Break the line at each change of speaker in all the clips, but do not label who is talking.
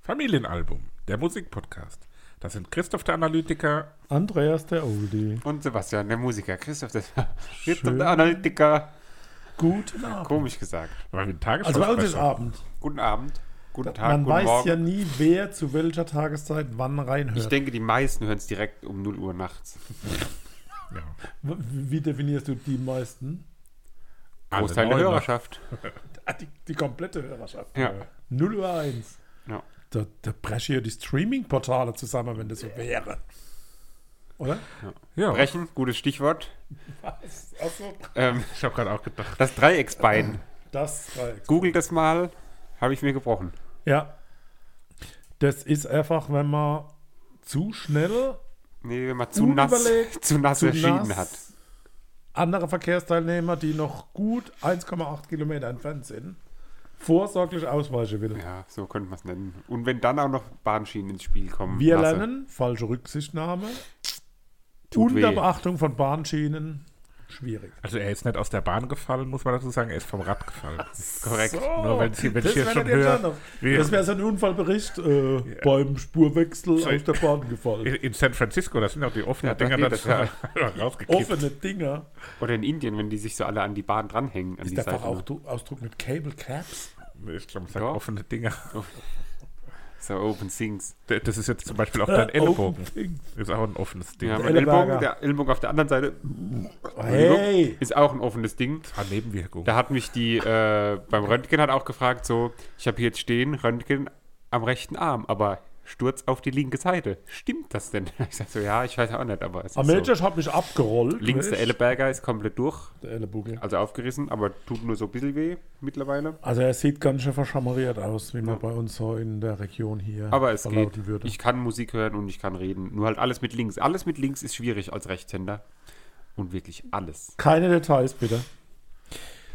Familienalbum, der Musikpodcast. Das sind Christoph der Analytiker
Andreas der Oldie.
Und Sebastian, der Musiker. Christoph, der, Christoph, der Analytiker.
Guten Abend.
Komisch gesagt.
weil wir
Also bei uns ist Abend.
Guten Abend, guten Tag,
Man
guten
weiß
Morgen.
ja nie, wer zu welcher Tageszeit wann reinhört.
ich denke, die meisten hören es direkt um 0 Uhr nachts.
ja.
W- Wie definierst du die meisten?
Alle
Großteil der
neuen
Hörerschaft.
Ah, Die, die komplette Hörerschaft.
Ja.
0 Uhr 1.
ja.
Da, da breche ja die Streaming-Portale zusammen, wenn das so wäre. Oder?
Ja,
Brechen, gutes Stichwort.
Achso,
Ähm,
ich habe gerade auch gedacht.
das Dreiecksbein.
das reicht.
Google das mal. Habe ich mir gebrochen.
Ja. Das ist einfach, wenn man zu schnell
Nee, wenn man zu
Gut
nass,
überlegt,
zu nass
zu
erschienen
nass.
hat.
andere Verkehrsteilnehmer, die noch gut 1,8 Kilometer entfernt sind, vorsorglich ausweichen will.
Ja, so könnte man es nennen. Und wenn dann auch noch Bahnschienen ins Spiel kommen.
Wir
lasse.
lernen falsche Rücksichtnahme,
Tut weh.
Unterbeachtung von Bahnschienen, schwierig.
Also er ist nicht aus der Bahn gefallen, muss man dazu sagen, er ist vom Rad gefallen.
Korrekt.
Nur wenn sie- wenn ich
das
hier
wär
schon
nicht
höre,
entstanden.
wie-
Das wäre so ein Unfallbericht äh, beim Spurwechsel
So-
auf der Bahn gefallen.
In, in San Francisco, das sind auch die offenen
Ja, da
Dinger
geht
da
das,
ist man rausgekippt.
Offene Dinger.
Oder in Indien, wenn die sich so alle an die Bahn dranhängen. An die
Ist einfach
Seite.
auch du- Ausdruck mit Cable Caps?
Ich glaube, es sind
Ja.
offene Dinger.
So Open Things.
D- Das ist jetzt zum Beispiel auch
Äh,
dein Ellenbogen.
Open Things.
Ist auch ein offenes Ding.
Wir haben
Der
einen Ellbogen,
Ellenberger.
der Ellbogen auf der anderen Seite
Hey!
ist auch ein offenes Ding.
Ein paar Nebenwirkungen.
Da hat mich die äh, beim Röntgen hat auch gefragt, so, ich habe hier jetzt stehen, Röntgen am rechten Arm, aber Sturz auf die linke Seite. Stimmt das denn? Ich sage so, ja, ich weiß auch nicht, aber es
Am
ist so.
Mädchen hat mich abgerollt.
Links der
weißt?
Ellenberger ist komplett durch,
Der Ellenbogen.
also aufgerissen, aber tut nur so ein bisschen weh mittlerweile.
Also er sieht ganz schön verschammeriert aus, wie man bei uns so in der Region hier
Aber es geht.
würde.
Ich kann Musik hören und ich kann reden. Nur halt alles mit links. Alles mit links ist schwierig als Rechtshänder. Und wirklich alles.
Keine Details bitte.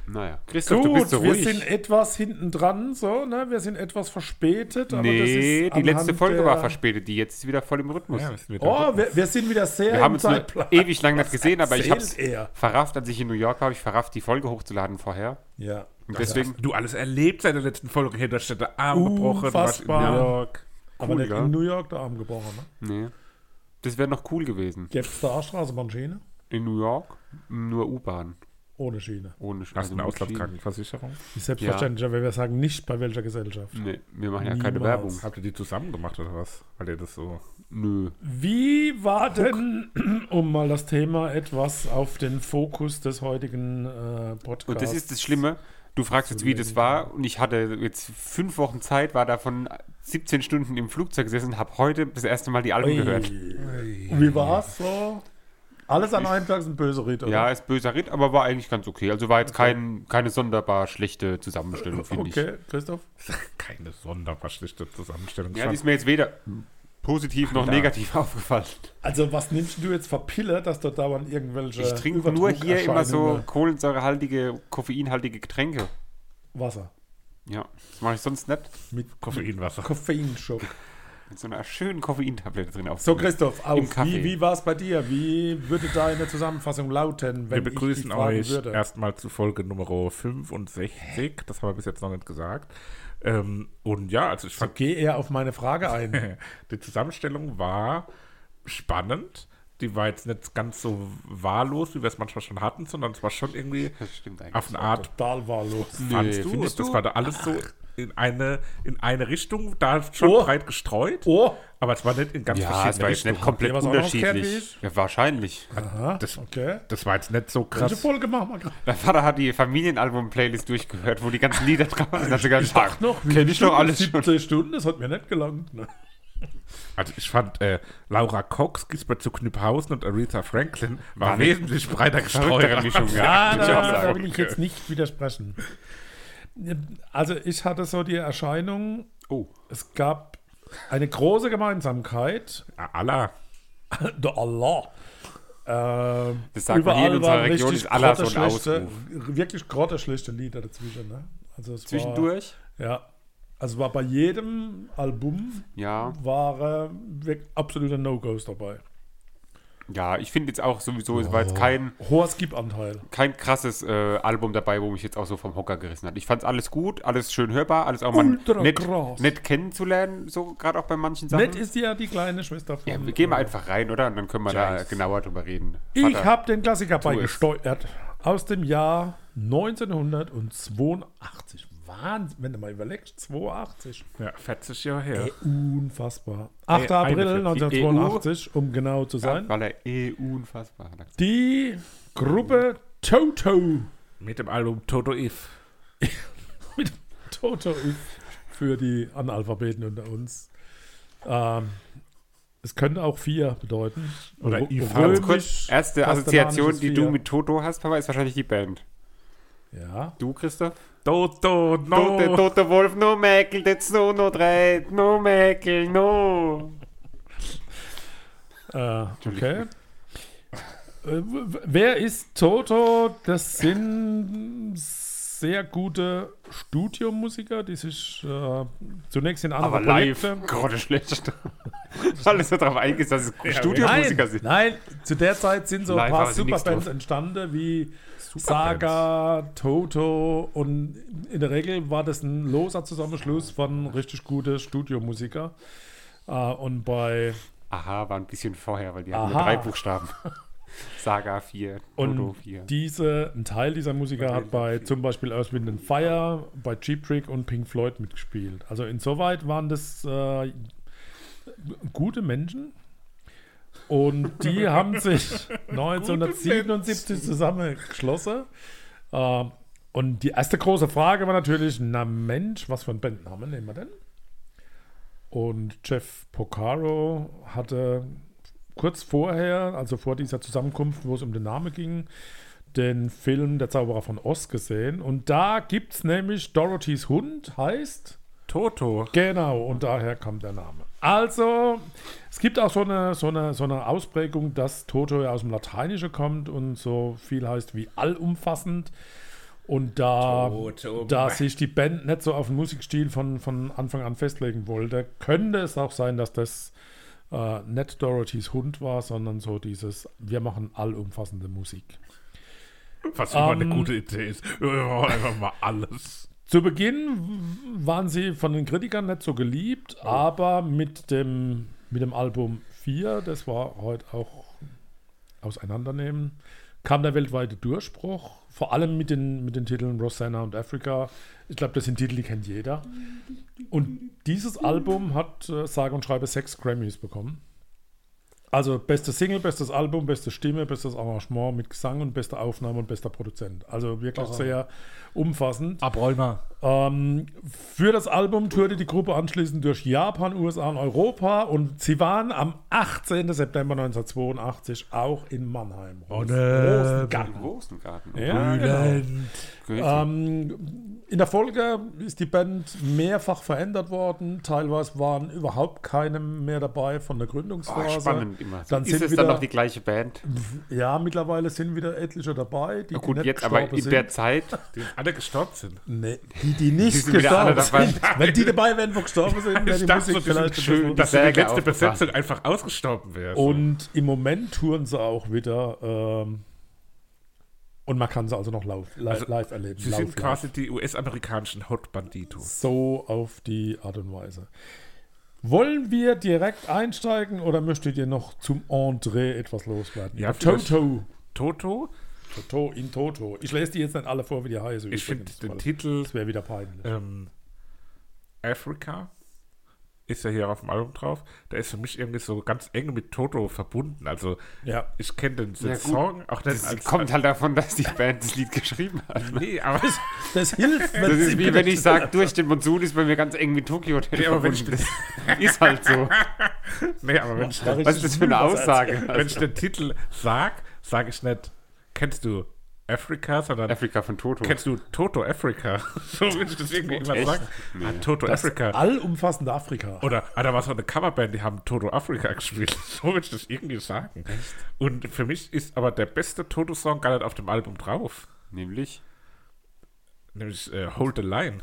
Naja. Christoph,
Gut,
du bist so
wir
ruhig.
sind etwas hinten dran, so, ne? Wir sind etwas verspätet. aber das
Nee,
ist
die letzte
anhand
Folge
der-
war verspätet. Die jetzt ist wieder voll im Rhythmus.
Ja, das wird
Oh, wir, wir sind wieder sehr
Oh, Wir haben uns nur
Zeitplan.
ewig lang nicht gesehen, aber ich
erzählt
hab's
er?
verrafft, als ich in New York war, habe ich verrafft, die Folge hochzuladen vorher.
Ja.
Und deswegen,
du alles erlebt seit der letzten Folge hier, da steht der Arm gebrochen, warst in New
Unfassbar.
York.
Aber
cool,
nicht
ja.
in New York der Arm gebrochen, ne?
nee. Das wäre noch cool gewesen.
Gäbe es da Straßenbahnschiene?
In New York nur U-Bahn.
Ohne Schiene.
Ohne Sch- also
Hast du eine
mit Schienen.
Auslandskrankenversicherung?
Ist selbstverständlich, wenn wir sagen, nicht bei welcher Gesellschaft.
Nee, wir machen ja keine
Niemals.
Werbung.
Habt ihr die zusammen gemacht oder was? Weil ihr das so.
Nö.
Wie war denn, um mal das Thema etwas auf den Fokus des heutigen äh, Podcasts?
Und das ist das Schlimme. Du fragst jetzt, wie das war, und ich hatte jetzt fünf Wochen Zeit, war davon 17 Stunden im Flugzeug gesessen und habe heute das erste Mal die Alben
Ui.
gehört.
Und Wie war's so? Alles an einem Tag ist ein böser Ritter.
Ja, ist böser Ritt, aber war eigentlich ganz okay. Also war jetzt kein, keine sonderbar schlechte Zusammenstellung, finde ich.
Okay, Christoph.
Keine sonderverschlichte Zusammenstellung.
Ja, die ist mir jetzt weder positiv noch negativ aufgefallen.
Also, was nimmst du jetzt verpiller, dass da dauernd irgendwelche.
Ich trinke nur hier immer so
Überdruckerscheinungen-
kohlensäurehaltige, koffeinhaltige Getränke.
Wasser
Ja, das mache ich sonst nicht.
mit
Koffeinwasser.
Koffeinschock.
Mit so einer schönen Koffeintablette drin auf.
So, Christoph,
Im
auf.
Kaffee.
Wie, wie war's bei dir? Wie würde deine Zusammenfassung lauten, wenn
Wir begrüßen
ich die fragen
euch
würde?
erstmal zu Folge Nummer 65. Das haben wir bis jetzt noch nicht gesagt. Ähm, und ja, also ich fand
Geh eher auf meine Frage ein.
die Zusammenstellung war spannend. Die war jetzt nicht ganz so wahllos, wie wir es manchmal schon hatten, sondern es war schon irgendwie
Das stimmt eigentlich.
auf eine Art
Total wahllos.
fandst du, das
findest du?
war da alles so in eine, in eine Richtung, da schon
Oh.
breit gestreut,
Oh,
aber es war nicht in ganz ne?
ja, es
verschiedene
war jetzt nicht
Richtungen.
komplett
Habt ihr was auch noch
unterschiedlich. Ja, wahrscheinlich.
aha,
das-
okay.
Das war jetzt nicht so
Welche
krass.
Folge machen wir gerade?
Mein Vater hat die Familienalbum-Playlist durchgehört, wo die ganzen Lieder drauf sind. Da hat sie gesagt, "Ach,
noch, wie
kenn ich doch
Stunden?
alles schon.
17 Stunden, das hat mir nicht gelangt. Ne?
Also ich fand äh, Laura Cox, Gisbert zu Knüpphausen und Aretha Franklin war,
War nicht-
wesentlich breiter
Verrücktere
gestreut.
Mischung,
Ah, Ja,
ja.
da,
muss ich auch
da
sagen.
will ich jetzt nicht widersprechen. Also ich hatte so die Erscheinung,
Oh,
es gab eine große Gemeinsamkeit.
Ah, Allah.
Der Allah. Ähm,
Das sagt man hier in unserer
waren
Region,
richtig
ist Allah so ein
grotteschlechte- Wirklich grotteschlechte Lieder dazwischen. Ne? Also es
zwischendurch?
War, ja. Also war bei jedem Album
Ja.
war äh, wirklich absoluter No-Gos dabei.
Ja, ich finde jetzt auch sowieso, es war jetzt kein,
Hoher Skip-Anteil.
kein krasses äh, Album dabei, wo mich jetzt auch so vom Hocker gerissen hat. Ich fand's alles gut, alles schön hörbar, alles auch mal
Ultra
nett,
krass.
nett kennenzulernen, so gerade auch bei manchen Sachen.
Nett ist ja die kleine Schwester von.
ja, wir gehen mal einfach rein, oder? Und dann können wir da
James.
genauer drüber reden.
ich
Vater,
habe den Klassiker
es.
beigesteuert. Aus dem Jahr 1982. Wahnsinn, wenn du mal überlegst, 82.
Ja, 40 Jahre her.
Ey, unfassbar.
E
8.
Ey,
April
eine für die
1982, um genau zu sein.
Weil er eh unfassbar hat.
Die Gruppe Toto.
Mit dem Album Toto If.
mit Toto ist für die Analphabeten unter uns. Ähm, es könnte auch vier bedeuten.
Oder
Ru-
IV.
Ganz
Römisch,
kurz, erste Assoziation,
kastellanisches
die du
Vier.
mit Toto hast, Papa, ist wahrscheinlich die Band.
Ja.
Du, Christoph?
Toto, no.
Tote, Tote Wolf, no Mäkel, that's no, no drei, no Mäkel, no.
Äh, okay. Äh, w- w- Wer ist Toto? Das sind sehr gute Studiomusiker, die sich äh, zunächst in andere
Aber live,
Projekte-
gerade schlecht. Alles so darauf eingesetzt, dass es Studiomusiker
Nein,
sind.
nein, zu der Zeit sind so ein
Live
paar
war sie nix
Superbands
drauf.
entstanden, wie Saga, Toto und in der Regel war das ein loser Zusammenschluss von richtig guten Studiomusiker. Äh, und bei
Aha, war ein bisschen vorher, weil die hatten nur
Aha.
drei Buchstaben. Saga 4, Toto
und
4.
diese, ein Teil dieser Musiker hat bei zum Beispiel Earth, Wind and Fire, bei Cheap Trick und Pink Floyd mitgespielt. Also insoweit waren das äh, gute Menschen. Und die haben sich 1977 zusammengeschlossen. Ähm, und die erste große Frage war natürlich, na Mensch, was für einen Bandnamen nehmen wir denn? Und Jeff Porcaro hatte kurz vorher, also vor dieser Zusammenkunft, wo es um den Namen ging, den Film Der Zauberer von Oz gesehen. Und da gibt es nämlich Dorothys Hund, heißt
Toto.
Genau, und daher kam der Name. Also, es gibt auch so eine, so eine, so eine Ausprägung, dass Toto ja aus dem Lateinischen kommt und so viel heißt wie allumfassend. Und da,
Toto.
da sich die Band nicht so auf den Musikstil von, von Anfang an festlegen wollte, könnte es auch sein, dass das äh, nicht Dorothys Hund war, sondern so dieses, wir machen allumfassende Musik.
Was immer
Ähm,
eine gute Idee ist. Wir machen Einfach mal alles.
Zu Beginn w- waren sie von den Kritikern nicht so geliebt, aber mit dem, mit dem Album 4, das war heute auch auseinandernehmen, kam der weltweite Durchbruch, vor allem mit den, mit den Titeln Rosanna und Africa. Ich glaube, das sind Titel, die kennt jeder. Und dieses Album hat äh, sage und schreibe sechs Grammys bekommen. Also beste Single, bestes Album, beste Stimme, bestes Arrangement mit Gesang und beste Aufnahme und bester Produzent. Also wirklich sehr umfassend.
Abräumer.
Ähm, für das Album tourte die Gruppe anschließend durch Japan, USA und Europa und sie waren am 18. September 1982 auch in Mannheim.
Ohne
Im Rosengarten.
Ja, genau. ähm, in der Folge ist die Band mehrfach verändert worden. Teilweise waren überhaupt keine mehr dabei von der
Boah,
Gründungsphase.
Ah, spannend immer.
Dann
ist
sind
es
wieder-
also, dann noch die gleiche Band?
Ja, mittlerweile sind wieder etliche dabei. Die,
Na
die
gut,
nicht
jetzt aber
gestorben
in der Zeit.
Die alle gestorben sind.
Nee, die, die nicht
sind wieder alle
gestorben sind. Wenn die dabei wären, wo gestorben sind, wäre
Ich
die
dachte,
Musik
so, Also, die sind
vielleicht
schön, dass die
Säge
letzte
aufgefahren.
Besetzung einfach ausgestorben wäre.
Und im Moment touren sie auch wieder. Ähm, und man kann sie also noch lauf, li
Also,
live erleben.
Sie
lauf,
sind
live.
quasi die US-amerikanischen Hot Banditos.
So auf die Art und Weise. Wollen wir direkt einsteigen oder möchtet ihr noch zum Entree etwas loswerden?
Ja, vielleicht.
Toto.
Toto,
Toto in Toto. Ich lese die jetzt nicht alle vor, wie die heißen.
ich finde
übrigens,
den
weil
Titel
Das wäre wieder peinlich.
ähm, Africa ist ja hier auf dem Album drauf. Der ist für mich irgendwie so ganz eng mit Toto verbunden. Also
Ja.
ich kenne den, den
Ja, gut.
Song auch nicht
Das
als...
kommt halt davon, dass die Band das Lied geschrieben hat.
Nee, aber,
Das hilft, wenn
Das
sie
ist wie wenn
bitte-
ich sage, durch den Monsun ist bei mir ganz eng mit Tokio.
Ja, aber wenn ich-
verbunden. das ist halt so.
nee, aber wenn, ich,
Da
den-
Was ist das für eine
richtig
Aussage?
wenn ich den Titel sag, sage ich nicht, kennst du Africa, sondern
Afrika von Toto.
kennst du Toto Africa. so würde ich das irgendwie immer
Echt?
sagen. Ah, Toto Africa.
Allumfassende Afrika.
Oder ah, da war so eine Coverband, die haben Toto Afrika gespielt. So würde ich das irgendwie sagen. Und für mich ist aber der beste Toto-Song gar nicht auf dem Album drauf.
Nämlich.
Nämlich äh, Hold the Line.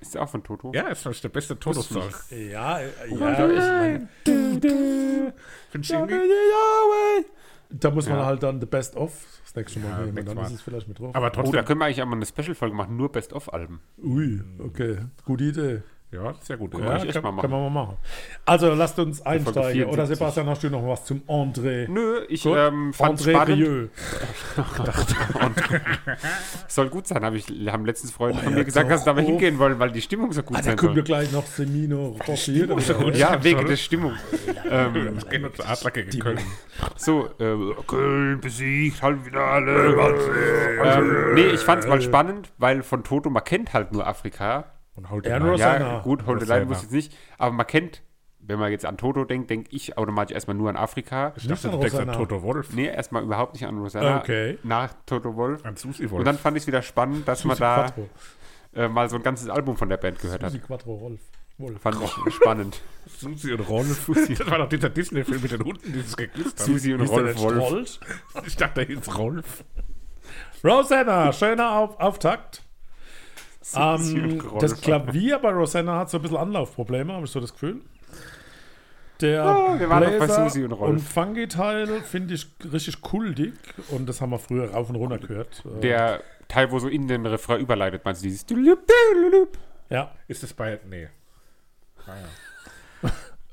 Ist der auch von Toto?
Ja, ist nämlich der beste Toto-Song.
Ja, äh,
Ja, ich
ja.
meine, find ich irgendwie-
Da muss man
Ja.
halt dann The Best of das nächste Mal
Ja,
nehmen. Und
nächstes
dann
Mal.
ist es vielleicht mit drauf.
aber
Oh, da
trotzdem,
können wir eigentlich auch mal eine Special-Folge machen, nur Best-of-Alben.
Ui, okay. Gute Idee.
ja, sehr gut.
Kann man
Ja,
echt mal machen.
Kann man mal machen. Also lasst uns
Folge
einsteigen. Oder
74.
Sebastian, hast du noch was zum André?
Nö, ich
Gut.
ähm, fand
André
spannend.
Rieu. Also,
Soll gut sein, habe ich, haben letztens Freunde
Oh,
von
ja,
mir gesagt,
doch.
dass sie da mal
Oh.
hingehen wollen, weil die Stimmung so gut
Ah, da
sein
kommt ja
soll.
gleich noch Semino Rossi.
gut.
Ja, wegen
Sorry.
der Stimmung. ähm,
das geht nur zur Adlacke in Köln.
So, äh, Köln besiegt, Halbfinale. ähm, nee, ich fand's mal spannend, weil von Toto, man kennt halt nur Afrika.
Und holt
Aaron
den
Ross-
ja.
Rosanna.
Ja, gut, Hold the Line
Rosanna.
muss jetzt nicht, aber man kennt, wenn man jetzt an Toto denkt, denke ich automatisch erstmal nur an Afrika.
Ich dachte,
Nicht
du
an
denkst an
Rosanna.
Toto Wolf,
Nee, erstmal überhaupt nicht an Rosanna.
Okay.
Nach Toto Wolf.
an Susi Wolf.
Und dann fand ich es wieder spannend, dass man da äh, mal so ein ganzes Album von der Band gehört hat.
Susi Quattro Rolf. Wolf.
Fand ich spannend.
Susi und Rolf. Das war doch dieser Disney-Film mit den Hunden, dieses geknistert haben.
Susi und
Ist der
Rolf
nicht
Wolf.
Rolf?
Ich dachte, da ist Rolf.
Rosanna, schöner Auf Auftakt.
Susi
Ähm,
und Rolf.
das Klavier bei Rosanna hat so ein bisschen Anlaufprobleme, habe ich so das Gefühl. Der
Ah, wir waren doch bei
Bläser
Susi und Rolf.
Und Fungi-Teil finde ich richtig kultig und das haben wir früher rauf und runter gehört. Äh,
Der Teil, wo so in den Refrain überleitet, meinst du dieses
ja.
Ist es bei. Nee. Ah, ja.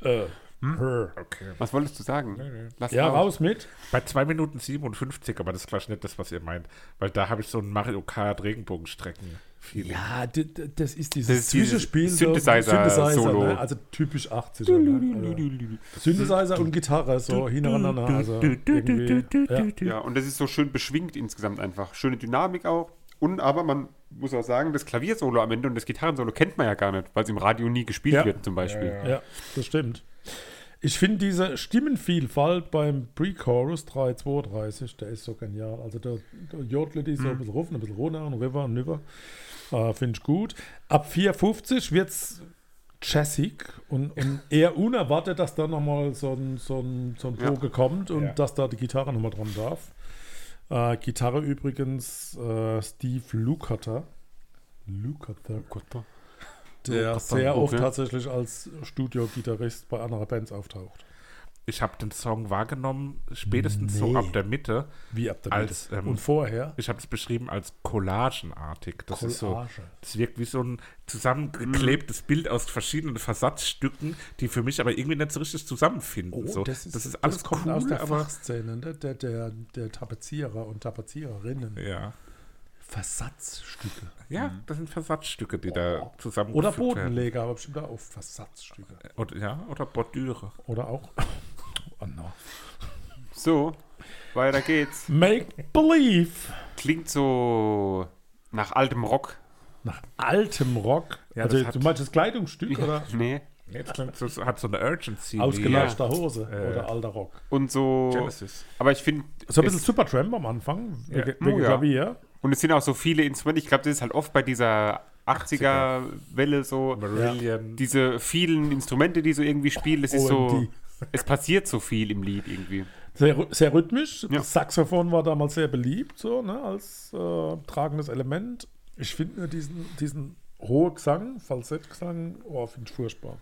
Äh, her.
Okay.
Hm? Was wolltest du
Nee, nee.
sagen? Lass
Ja,
raus.
raus mit.
Bei 2 Minuten 57, aber das ist gleich nicht das, was ihr meint. Weil da habe ich so ein Mario Kart Regenbogenstrecken. Ja.
Ja, d- d- das ist dieses
Das ist dieses
Zwischenspiel. so-
Synthesizer- Solo.
Ne? Also typisch 80er. Ne? Also, Synthesizer und Gitarre so hintereinander. Also irgendwie, ja.
Ja, und das ist so schön beschwingt insgesamt einfach. Schöne Dynamik auch. Und aber man muss auch sagen, das Klaviersolo am Ende und das Gitarrensolo kennt man ja gar nicht, weil es im Radio nie gespielt
Ja.
wird zum Beispiel.
Ja,
Ja, das stimmt. Ich finde diese Stimmenvielfalt beim Pre-Chorus 332, der ist so genial. Also der, der jodelt die
Mhm.
so ein bisschen rauf, und ein bisschen runter und rüber und rüber. Äh, finde ich gut. Ab 450 wird es jazzig und, und eher unerwartet, dass da nochmal so ein, so ein, so ein
Ja.
Boge kommt und
Ja.
dass da die Gitarre nochmal dran darf. Äh, Gitarre übrigens äh, Steve Lukather. Lukather der
Gott,
sehr
okay.
oft tatsächlich als Studio-Gitarrist bei anderen Bands auftaucht.
Ich habe den Song wahrgenommen, spätestens so
Nee.
ab der Mitte.
Wie ab der
Als,
Mitte.
ähm,
Und vorher
Ich habe es beschrieben als collagenartig. Das ist so.
Collage. Mm.
Das wirkt wie so ein zusammengeklebtes Bild aus verschiedenen Versatzstücken, die für mich aber irgendwie nicht so richtig zusammenfinden.
Oh,
so. alles
kommt
cool,
aus der
aber
Fachszene, ne? der, der, der Tapezierer und Tapeziererinnen.
ja.
Versatzstücke.
Ja, das sind Versatzstücke, die da zusammen
Mm. Oh. Oder Bodenleger, aber bestimmt auch Versatzstücke.
Oder, ja, oder Bordüre.
Oder auch. Oh no.
So, weiter geht's.
Make Believe
Klingt so nach altem Rock.
nach altem Rock.
Ja,
also,
das hat-
du meinst das Kleidungsstück oder
Nee.
Jetzt klingt so, hat so eine Urgency.
ausgelaschter Hose
Äh,
oder alter Rock?
Und so.
wie Genesis.
Aber ich finde.
So ein bisschen Supertramp am Anfang,
Ja.
wegen,
Oh,
wegen
ja.
Klavier.
Und es sind auch so viele Instrumente. Ich glaube, das ist halt oft bei dieser 80er-Welle so.
Marillion.
Diese vielen Instrumente, die so irgendwie spielen, das ist so.
OMD.
Es passiert so viel im Lied irgendwie.
Sehr, rhy- sehr rhythmisch.
Ja.
Das Saxophon war damals sehr beliebt, so, ne, als äh, tragendes Element. Ich finde nur diesen, diesen hohen Gesang, Falsettgesang, oh, finde ich furchtbar.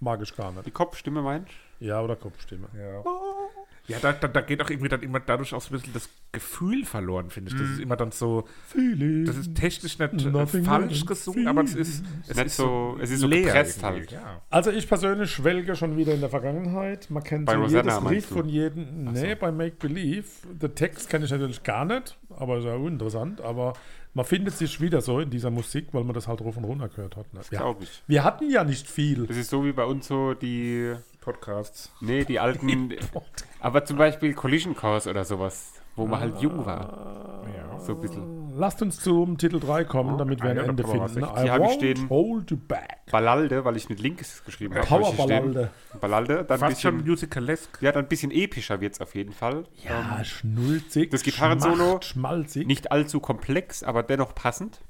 Mag ich gar
Die
nicht.
Kopfstimme meinst
Ja, oder Kopfstimme.
Ja, Oh. ja da, da, da geht auch irgendwie dann immer dadurch auch so ein bisschen das Gefühl verloren, finde ich. Das ist immer dann so,
Feeling.
das ist technisch nicht äh,
Nothing
falsch
but
gesungen, aber es ist, es
Nicht
ist
so- es ist so gepresst
irgendwie,
halt.
Ja.
Also ich persönlich schwelge schon wieder in der Vergangenheit. Man kennt
Bei
so
Rosanna
jedes
meinst
Riff
du?
von jedem. Nee, bei Make Believe. Der Text kenne ich natürlich gar nicht, aber ist ja uninteressant. Aber man findet sich wieder so in dieser Musik, weil man das halt rauf und runter gehört hat. Ne? Ja.
Glaube ich.
Wir hatten ja nicht viel.
Das ist so wie bei uns so die.
Podcasts.
Nee, die alten. aber zum Beispiel Collision Course oder sowas, wo man halt jung war.
Ah.
Ja.
So ein bisschen.
Lasst uns zum Titel 3 kommen, damit wir ein
ja,
Ende
da kann man
finden.
was
I
Hier hab ich stehen.
hold you back.
Ballalde, weil ich mit Linkes geschrieben habe. hab ich hier stehen.
Powerballalde.
Ballalde, dann ein
Fast schon
bisschen.
musicalesk.
Ja, dann ein bisschen epischer wird es auf jeden Fall. Ähm,
Ja, schnulzig.
das Gitarrensolo
schmacht, Schmalzig.
nicht allzu komplex, aber dennoch passend.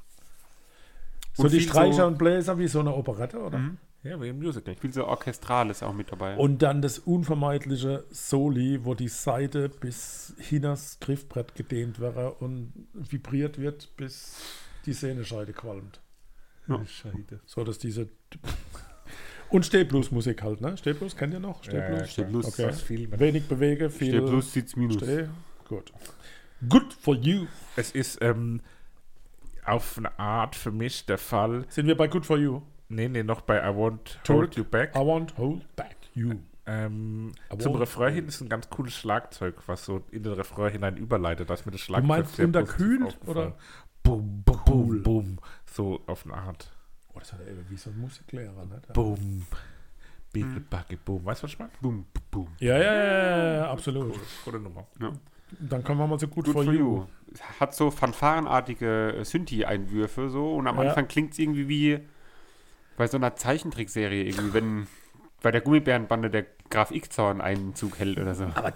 so
und
die
viel
Streicher
so- Mhm.
und Bläser wie so eine Operette, oder?
Ja, wie im Musical.
Viel so Orchestrales auch mit dabei.
Und dann das unvermeidliche Soli, wo die Seite bis hinters Griffbrett gedehnt wäre und vibriert wird, bis die Sehnescheide qualmt.
Ja.
Scheide.
So, dass diese. Und Stehblues-Musik halt, ne? Stehblues kennt ihr noch? Stehblues?
Steht Blues.
Okay.
Viel mit-
Wenig bewege, viel.
Steht Blues, sieht's minus.
Steh. Gut. Good for you.
Es ist ähm, auf eine Art für mich der Fall,
Sind wir bei Good for you?
nee, nee, noch bei I Won't
Turk.
Hold You Back.
I won't hold back you.
Ähm,
I
zum
won't
Refrain hin ist ein ganz cooles Schlagzeug, was so in den Refrain hinein überleitet. Da ist mir das Schlagzeug
meinst
sehr
unterkühlt,
positiv aufgefallen.
oder?
Bum, bum,
Cool.
bum, bum. So auf eine Art.
Oh, das hat er wie so ein Musiklehrer, ne? Der-
Bum. Biggie, Buggy, Boom. Weißt du, was ich meine?
Boom, boom.
Ja, ja, ja, ja, ja, absolut.
Coole Nummer.
Dann kommen wir mal zu Good,
Good for you. Hat so fanfarenartige äh, Synthi-Einwürfe so und am
Ja.
Anfang klingt es irgendwie wie bei so einer Zeichentrickserie irgendwie, wenn bei der Gummibärenbande der Graf Ickzorn einen Zug hält oder so.
Aber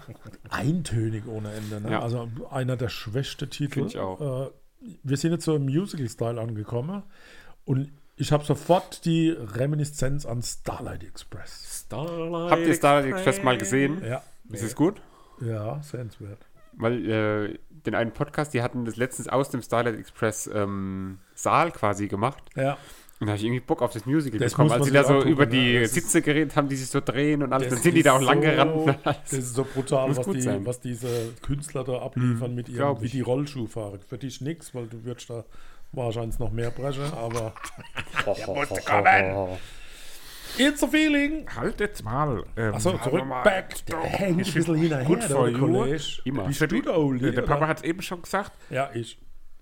eintönig ohne Ende. Ne?
Ja.
Also einer der schwächsten Titel.
Find ich auch.
Äh, wir sind jetzt so im Musical-Style angekommen und ich habe sofort die Reminiszenz an Starlight Express.
Starlight
Habt ihr Starlight Express mal gesehen?
Ja,
Ist es gut?
ja, sehenswert.
Weil äh, den einen Podcast, die hatten das letztens aus dem Starlight Express ähm, Saal quasi gemacht.
Ja,
Und da habe ich irgendwie Bock auf das Musical
Das muss
bekommen.
man
Als sie
sich
da so
angucken,
über
ne?
die
Das ist-
Sitze geredet haben, die sich so drehen und alles,
Das
dann sind die
ist
da auch lang
so-
gerannt. ne? und alles.
das ist so brutal,
Muss
was,
gut
die,
sein. Mhm.
was diese Künstler da abliefern mit ihrem,
glaub
wie
ich.
die Rollschuh fahren. Für dich nix, weil du würdest da wahrscheinlich noch mehr brechen, aber
muss kommen.
it's a feeling.
Halt jetzt mal. Ähm,
Achso, zurück,
aber mal-
back. Der hängt ein bisschen hinterher,
Good for
der
you.
Kollege.
Immer.
Bist du der Oli,
Äh, Der
oder?
Papa hat es eben schon gesagt,
Ja, ich.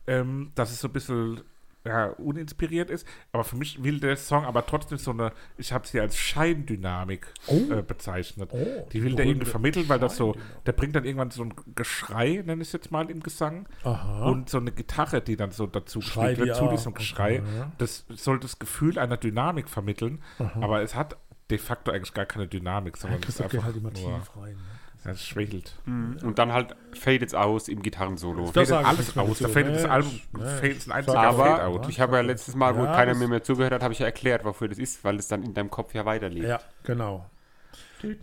ähm, dass es so ein bisschen ja, uninspiriert ist. Aber für mich will der Song aber trotzdem so eine, ich habe sie als Scheindynamik
Oh.
äh, bezeichnet.
Oh,
die will
die
der
berühmte
irgendwie vermitteln, weil das so, der bringt dann irgendwann so ein Geschrei, nenne ich es jetzt mal, im Gesang.
Aha.
Und so eine Gitarre, die dann so dazu
Schrei
gespielt
die
wird, zu
auch.
diesem Geschrei. Das soll das Gefühl einer Dynamik vermitteln, aber es hat de facto eigentlich gar keine Dynamik, sondern es
Das
ist
geht
einfach
halt immer
nur,
tief rein.
ja, es schwächelt.
Und dann halt fadet's aus im Gitarrensolo.
Das-
fehlt
sage ich
alles
nicht mehr
aus. Da
dazu.
fehlt das
Mensch,
Album,
Mensch.
fehlt ein
Sag
einziger
Aber
Fade-out.
ich habe ja letztes Mal, wo
Ja,
keiner
das-
mir mehr zugehört hat, habe ich ja erklärt, wofür das ist, weil es dann in deinem Kopf ja weiterlebt.
Ja, genau.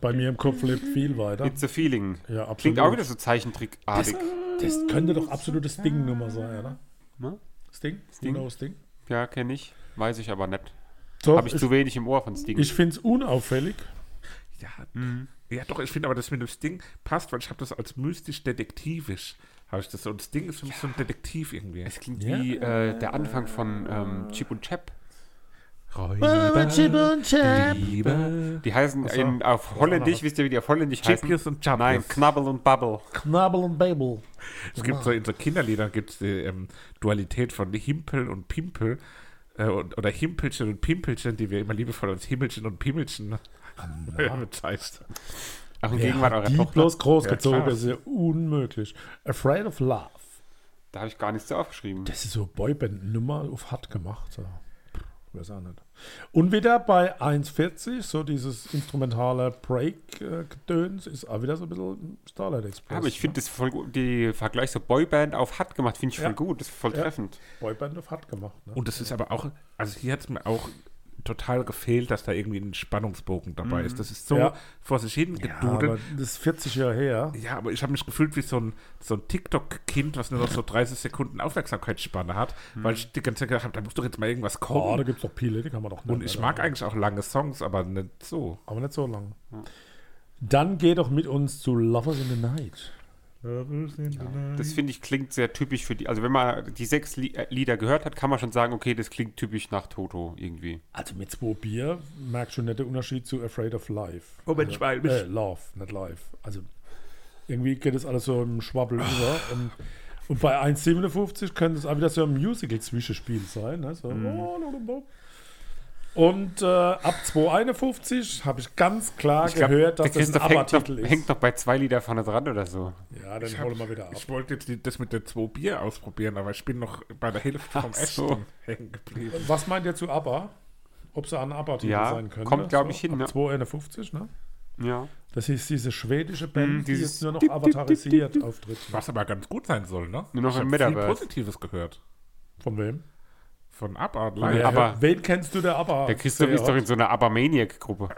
Bei mir im Kopf lebt viel weiter.
It's a feeling.
Ja, absolut.
Klingt auch wieder so zeichentrickartig.
Das könnte doch absolut das Ding-Nummer sein, oder?
Ne?
Sting?
Sting.
Genau, Sting.
Ja, kenne ich. Weiß ich aber nicht.
Doch,
Habe ich, zu wenig im Ohr von Sting.
ich finde es unauffällig.
Ja,
Mhm.
ja, doch, ich finde aber, dass mir das Ding passt, weil ich habe das als mystisch-detektivisch. Habe ich das so. Und das Ding ist für mich so ein Detektiv irgendwie.
es klingt
Ja.
wie äh, der Anfang von ähm, Chip und Chap. Die heißen in, auf Holländisch, wisst ihr, wie die auf Holländisch heißen?
Chippies und Chappies.
Nein, Knabbel und Bubble.
Knabbel und Babel.
Es gibt so in so Kinderliedern gibt's die ähm, Dualität von Himpel und Pimpel. Äh, und, oder Himpelchen und Pimpelchen, die wir immer liebevoll als Himmelchen und Pimmelchen bezeichnen.
Auch in
Wer
Gegenwart
hat
eurer
die
Tochter.
bloß großgezogen,
Ja, klar.
das ist ja unmöglich. Afraid of Love.
Da habe ich gar nichts so aufgeschrieben.
Das ist so Boyband-Nummer auf hart gemacht. Ja. Weiß auch nicht. Und wieder bei 1,40, so dieses instrumentale Break-Gedöns, ist auch wieder so ein bisschen Starlight Express. ne?
Ja, aber ich finde das voll gut. Die Vergleich so Boyband auf Hut gemacht, finde ich voll gut. Das ist voll
Ja.
treffend.
ne? Boyband auf hart gemacht. Ne?
Und das ist aber auch, also hier hat es mir auch total gefehlt, dass da irgendwie ein Spannungsbogen dabei ist. Das ist so
Mhm. Ja.
vor sich hin
ja, aber
gedudelt.
das ist 40 Jahre her.
Ja, aber, ich habe mich gefühlt wie so ein, so ein TikTok-Kind, was nur noch so 30 Sekunden Aufmerksamkeitsspanne hat, weil ich die ganze Zeit gedacht habe, da muss doch jetzt mal irgendwas
Hm. Oh, da
kommen.
gibt es doch Pile, die kann man doch nicht.
Und ich mag eigentlich auch lange Songs, aber nicht so.
Aber nicht so lang. Dann geh doch mit uns zu Lovers in the Night.
Das finde ich klingt sehr typisch für die. Also, wenn man die sechs Li äh, Lieder gehört hat, kann man schon sagen, okay, das klingt typisch nach Toto irgendwie.
Also mit zwei Bier merkst du nicht den Unterschied zu Afraid of Life.
Oh, Mensch, weil mich-
äh, Love, nicht Life. Also irgendwie geht das alles so im Schwabbel über. Und, und bei 1,57 könnte es auch wieder so ein Musical-Zwischenspiel sein. Ne? So, oh, lalalalala. Und äh, ab 2,51 habe ich ganz klar
Ich glaub,
gehört, dass
der
das ein
Christoph hängt noch,
ABBA-Titel
hängt
ist.
noch bei zwei Lieder vorne dran oder so.
Ja, dann
hab-
holen wir wieder ab.
Ich wollte jetzt die, das mit der 2 Bier ausprobieren, aber ich bin noch bei der Hälfte vom
Ach so.
Ashton hängen geblieben.
Was meint ihr zu ABBA? Ob sie an ABBA-Titel
Ja,
sein könnte?
kommt, glaub ich, hin,
Ab
ja.
2,51, ne?
Ja.
Das ist diese schwedische Band, die
Hm, dieses
jetzt nur noch avatarisiert auftritt.
Was aber ganz gut sein soll, ne?
Nur noch
ich
im
hab viel
Metaverse.
Positives gehört.
Von wem?
Von Abba live.
Ja, aber-
wen kennst du, der ABBA?
Der Christoph ist doch in so einer Abermaniac-Gruppe.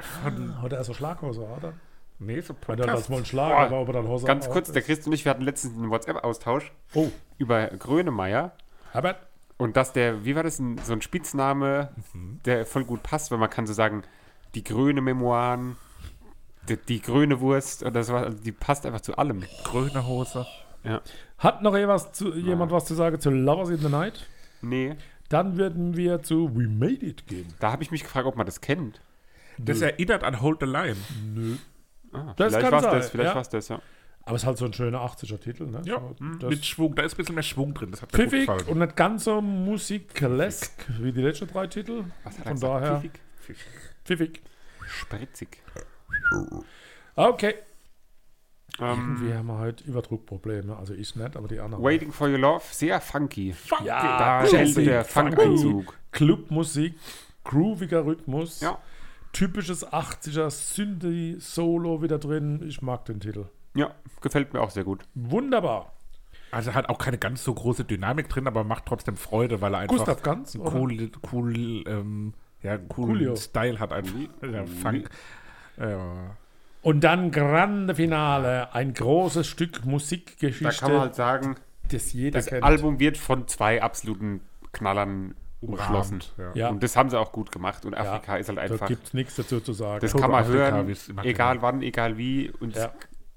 Hat er so Schlaghose, oder?
Nee, so
Hat er das
Podcast.
wohl ein Schlag,
Boah.
aber ob er dann Hose
Ganz
hat-
kurz, der Christoph und ich, wir hatten letztens einen WhatsApp-Austausch
Oh,
über Grönemeyer.
Herbert?
Und dass der, wie war das, ein, so ein Spitzname,
Mhm.
der voll gut passt, weil man kann so sagen, die grüne Memoiren, die, die grüne Wurst oder so, also die passt einfach zu allem.
Grüne Hose.
Ja.
Hat noch jemand, zu, jemand was zu sagen zu Lovers in the Night?
Nee,
Dann würden wir zu We Made It gehen.
da habe ich mich gefragt, ob man das kennt.
Das erinnert an Hold the Line.
Ah,
Das
vielleicht
kann
war's
sein,
das, vielleicht
ja.
war's das, ja.
Aber es ist halt so ein schöner 80er Titel, ne?
Ja,
hm,
das
mit Schwung. Da ist ein bisschen mehr Schwung drin. Das hat mir gut
pfiffig
gefallen.
und nicht ganz so musiklesk wie die letzten drei Titel.
Was hat er
Von
gesagt?
daher
Pfiffig?
pfiffig.
Spritzig.
Okay.
Ähm,
Wir haben halt Überdruckprobleme. Also ich nicht, aber die anderen.
Waiting for Your Love, sehr funky. funky.
Ja,
Da
Jazzy,
ist der
funky.
Funk-Einzug.
Clubmusik, grooviger Rhythmus.
Ja.
Typisches 80er Synthie Solo wieder drin. Ich mag den Titel.
Ja, gefällt mir auch sehr gut.
Wunderbar.
Also hat auch keine ganz so große Dynamik drin, aber macht trotzdem Freude, weil er einfach
Gustav Ganz,
einen
oder?
cool, cool, ähm, ja, einen coolen
Coolio.
Style hat einfach.
Cool-
Der Funk. Ja.
Und dann Grande Finale, ein großes Stück
Da
Musikgeschichte,
kann man halt sagen,
das jeder
das
kennt.
Album wird von zwei absoluten Knallern umschlossen.
Umrahmt, ja.
Ja.
Und das haben sie auch gut gemacht. Und Afrika ist halt
Da
einfach,
gibt es nichts dazu zu sagen.
das kann man
Afrika, wie
hören,
es immer
egal wann, egal wie. Und
Ja.
es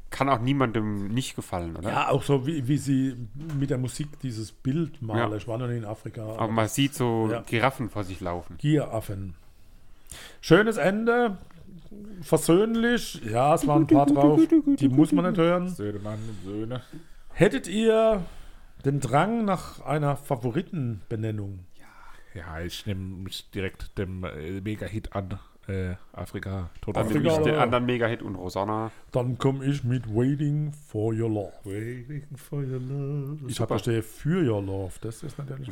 kann auch niemandem nicht gefallen, oder?
ja, auch so wie, wie sie mit der Musik dieses Bild malen.
Ja.
Ich war noch nie in Afrika.
Aber man sieht so
Ja.
Giraffen vor sich laufen.
Gieraffen. Schönes Ende, versöhnlich. Ja, es waren ein paar drauf, die muss man nicht hören.
Söhnemann und Söhne.
Hättet ihr den Drang nach einer Favoritenbenennung?
Ja, ich nehme mich direkt dem äh, Mega-Hit an. Äh, Afrika, tot
Dann nehme
Afrika,
ich den
aber-
anderen Mega-Hit und Rosanna.
Dann komme ich mit Waiting for Your Love. Ich habe verstehe für Your Love. Das ist natürlich,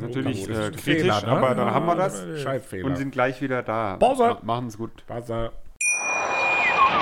das
Natürlich äh,
ist ein
kritisch,
Fehler, ne?
aber dann haben wir das
Schreibfehler.
und sind gleich wieder da.
Pause.
Machen es gut.
Buzzer.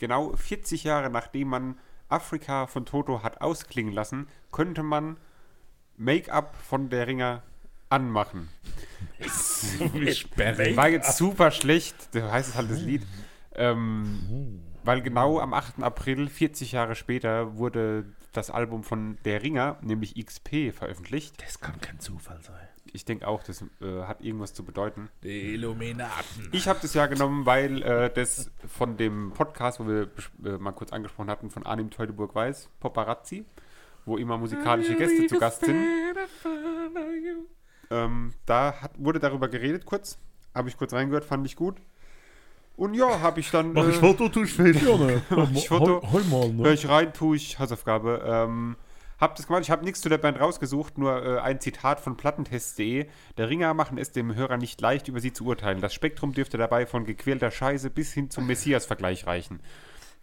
Genau 40 Jahre nachdem man Afrika von Toto hat ausklingen lassen, könnte man Make-up von der Ringer anmachen.
Wie sperrig.
War jetzt super schlecht, so heißt es halt das Lied. Ähm, weil genau am 8. April, 40 Jahre später, wurde das Album von Der Ringer, nämlich XP, veröffentlicht.
das kann kein Zufall sein.
Ich denke auch, das äh, hat irgendwas zu bedeuten.
Die Illuminaten.
Ich habe das ja genommen, weil äh, das von dem Podcast, wo wir besch- äh, mal kurz angesprochen hatten, von Arnim Teutoburg Weiß, Paparazzi, wo immer musikalische Gäste zu Gast sind. Ähm, da hat, wurde darüber geredet kurz. Habe ich kurz reingehört, fand ich gut. Und ja, habe ich dann. äh,
Mach ich Foto, tu ich Bild.
Ja, ne.
Ich
hol,
wollte-
hol mal,
Hör
ne?
ich rein, tue ich Hausaufgabe. Ähm, hab das gemacht. Ich habe nichts zu der Band rausgesucht, nur äh, ein Zitat von plattentest.de. Der Ringer machen es dem Hörer nicht leicht, über sie zu urteilen. Das Spektrum dürfte dabei von gequälter Scheiße bis hin zum Messias-Vergleich reichen.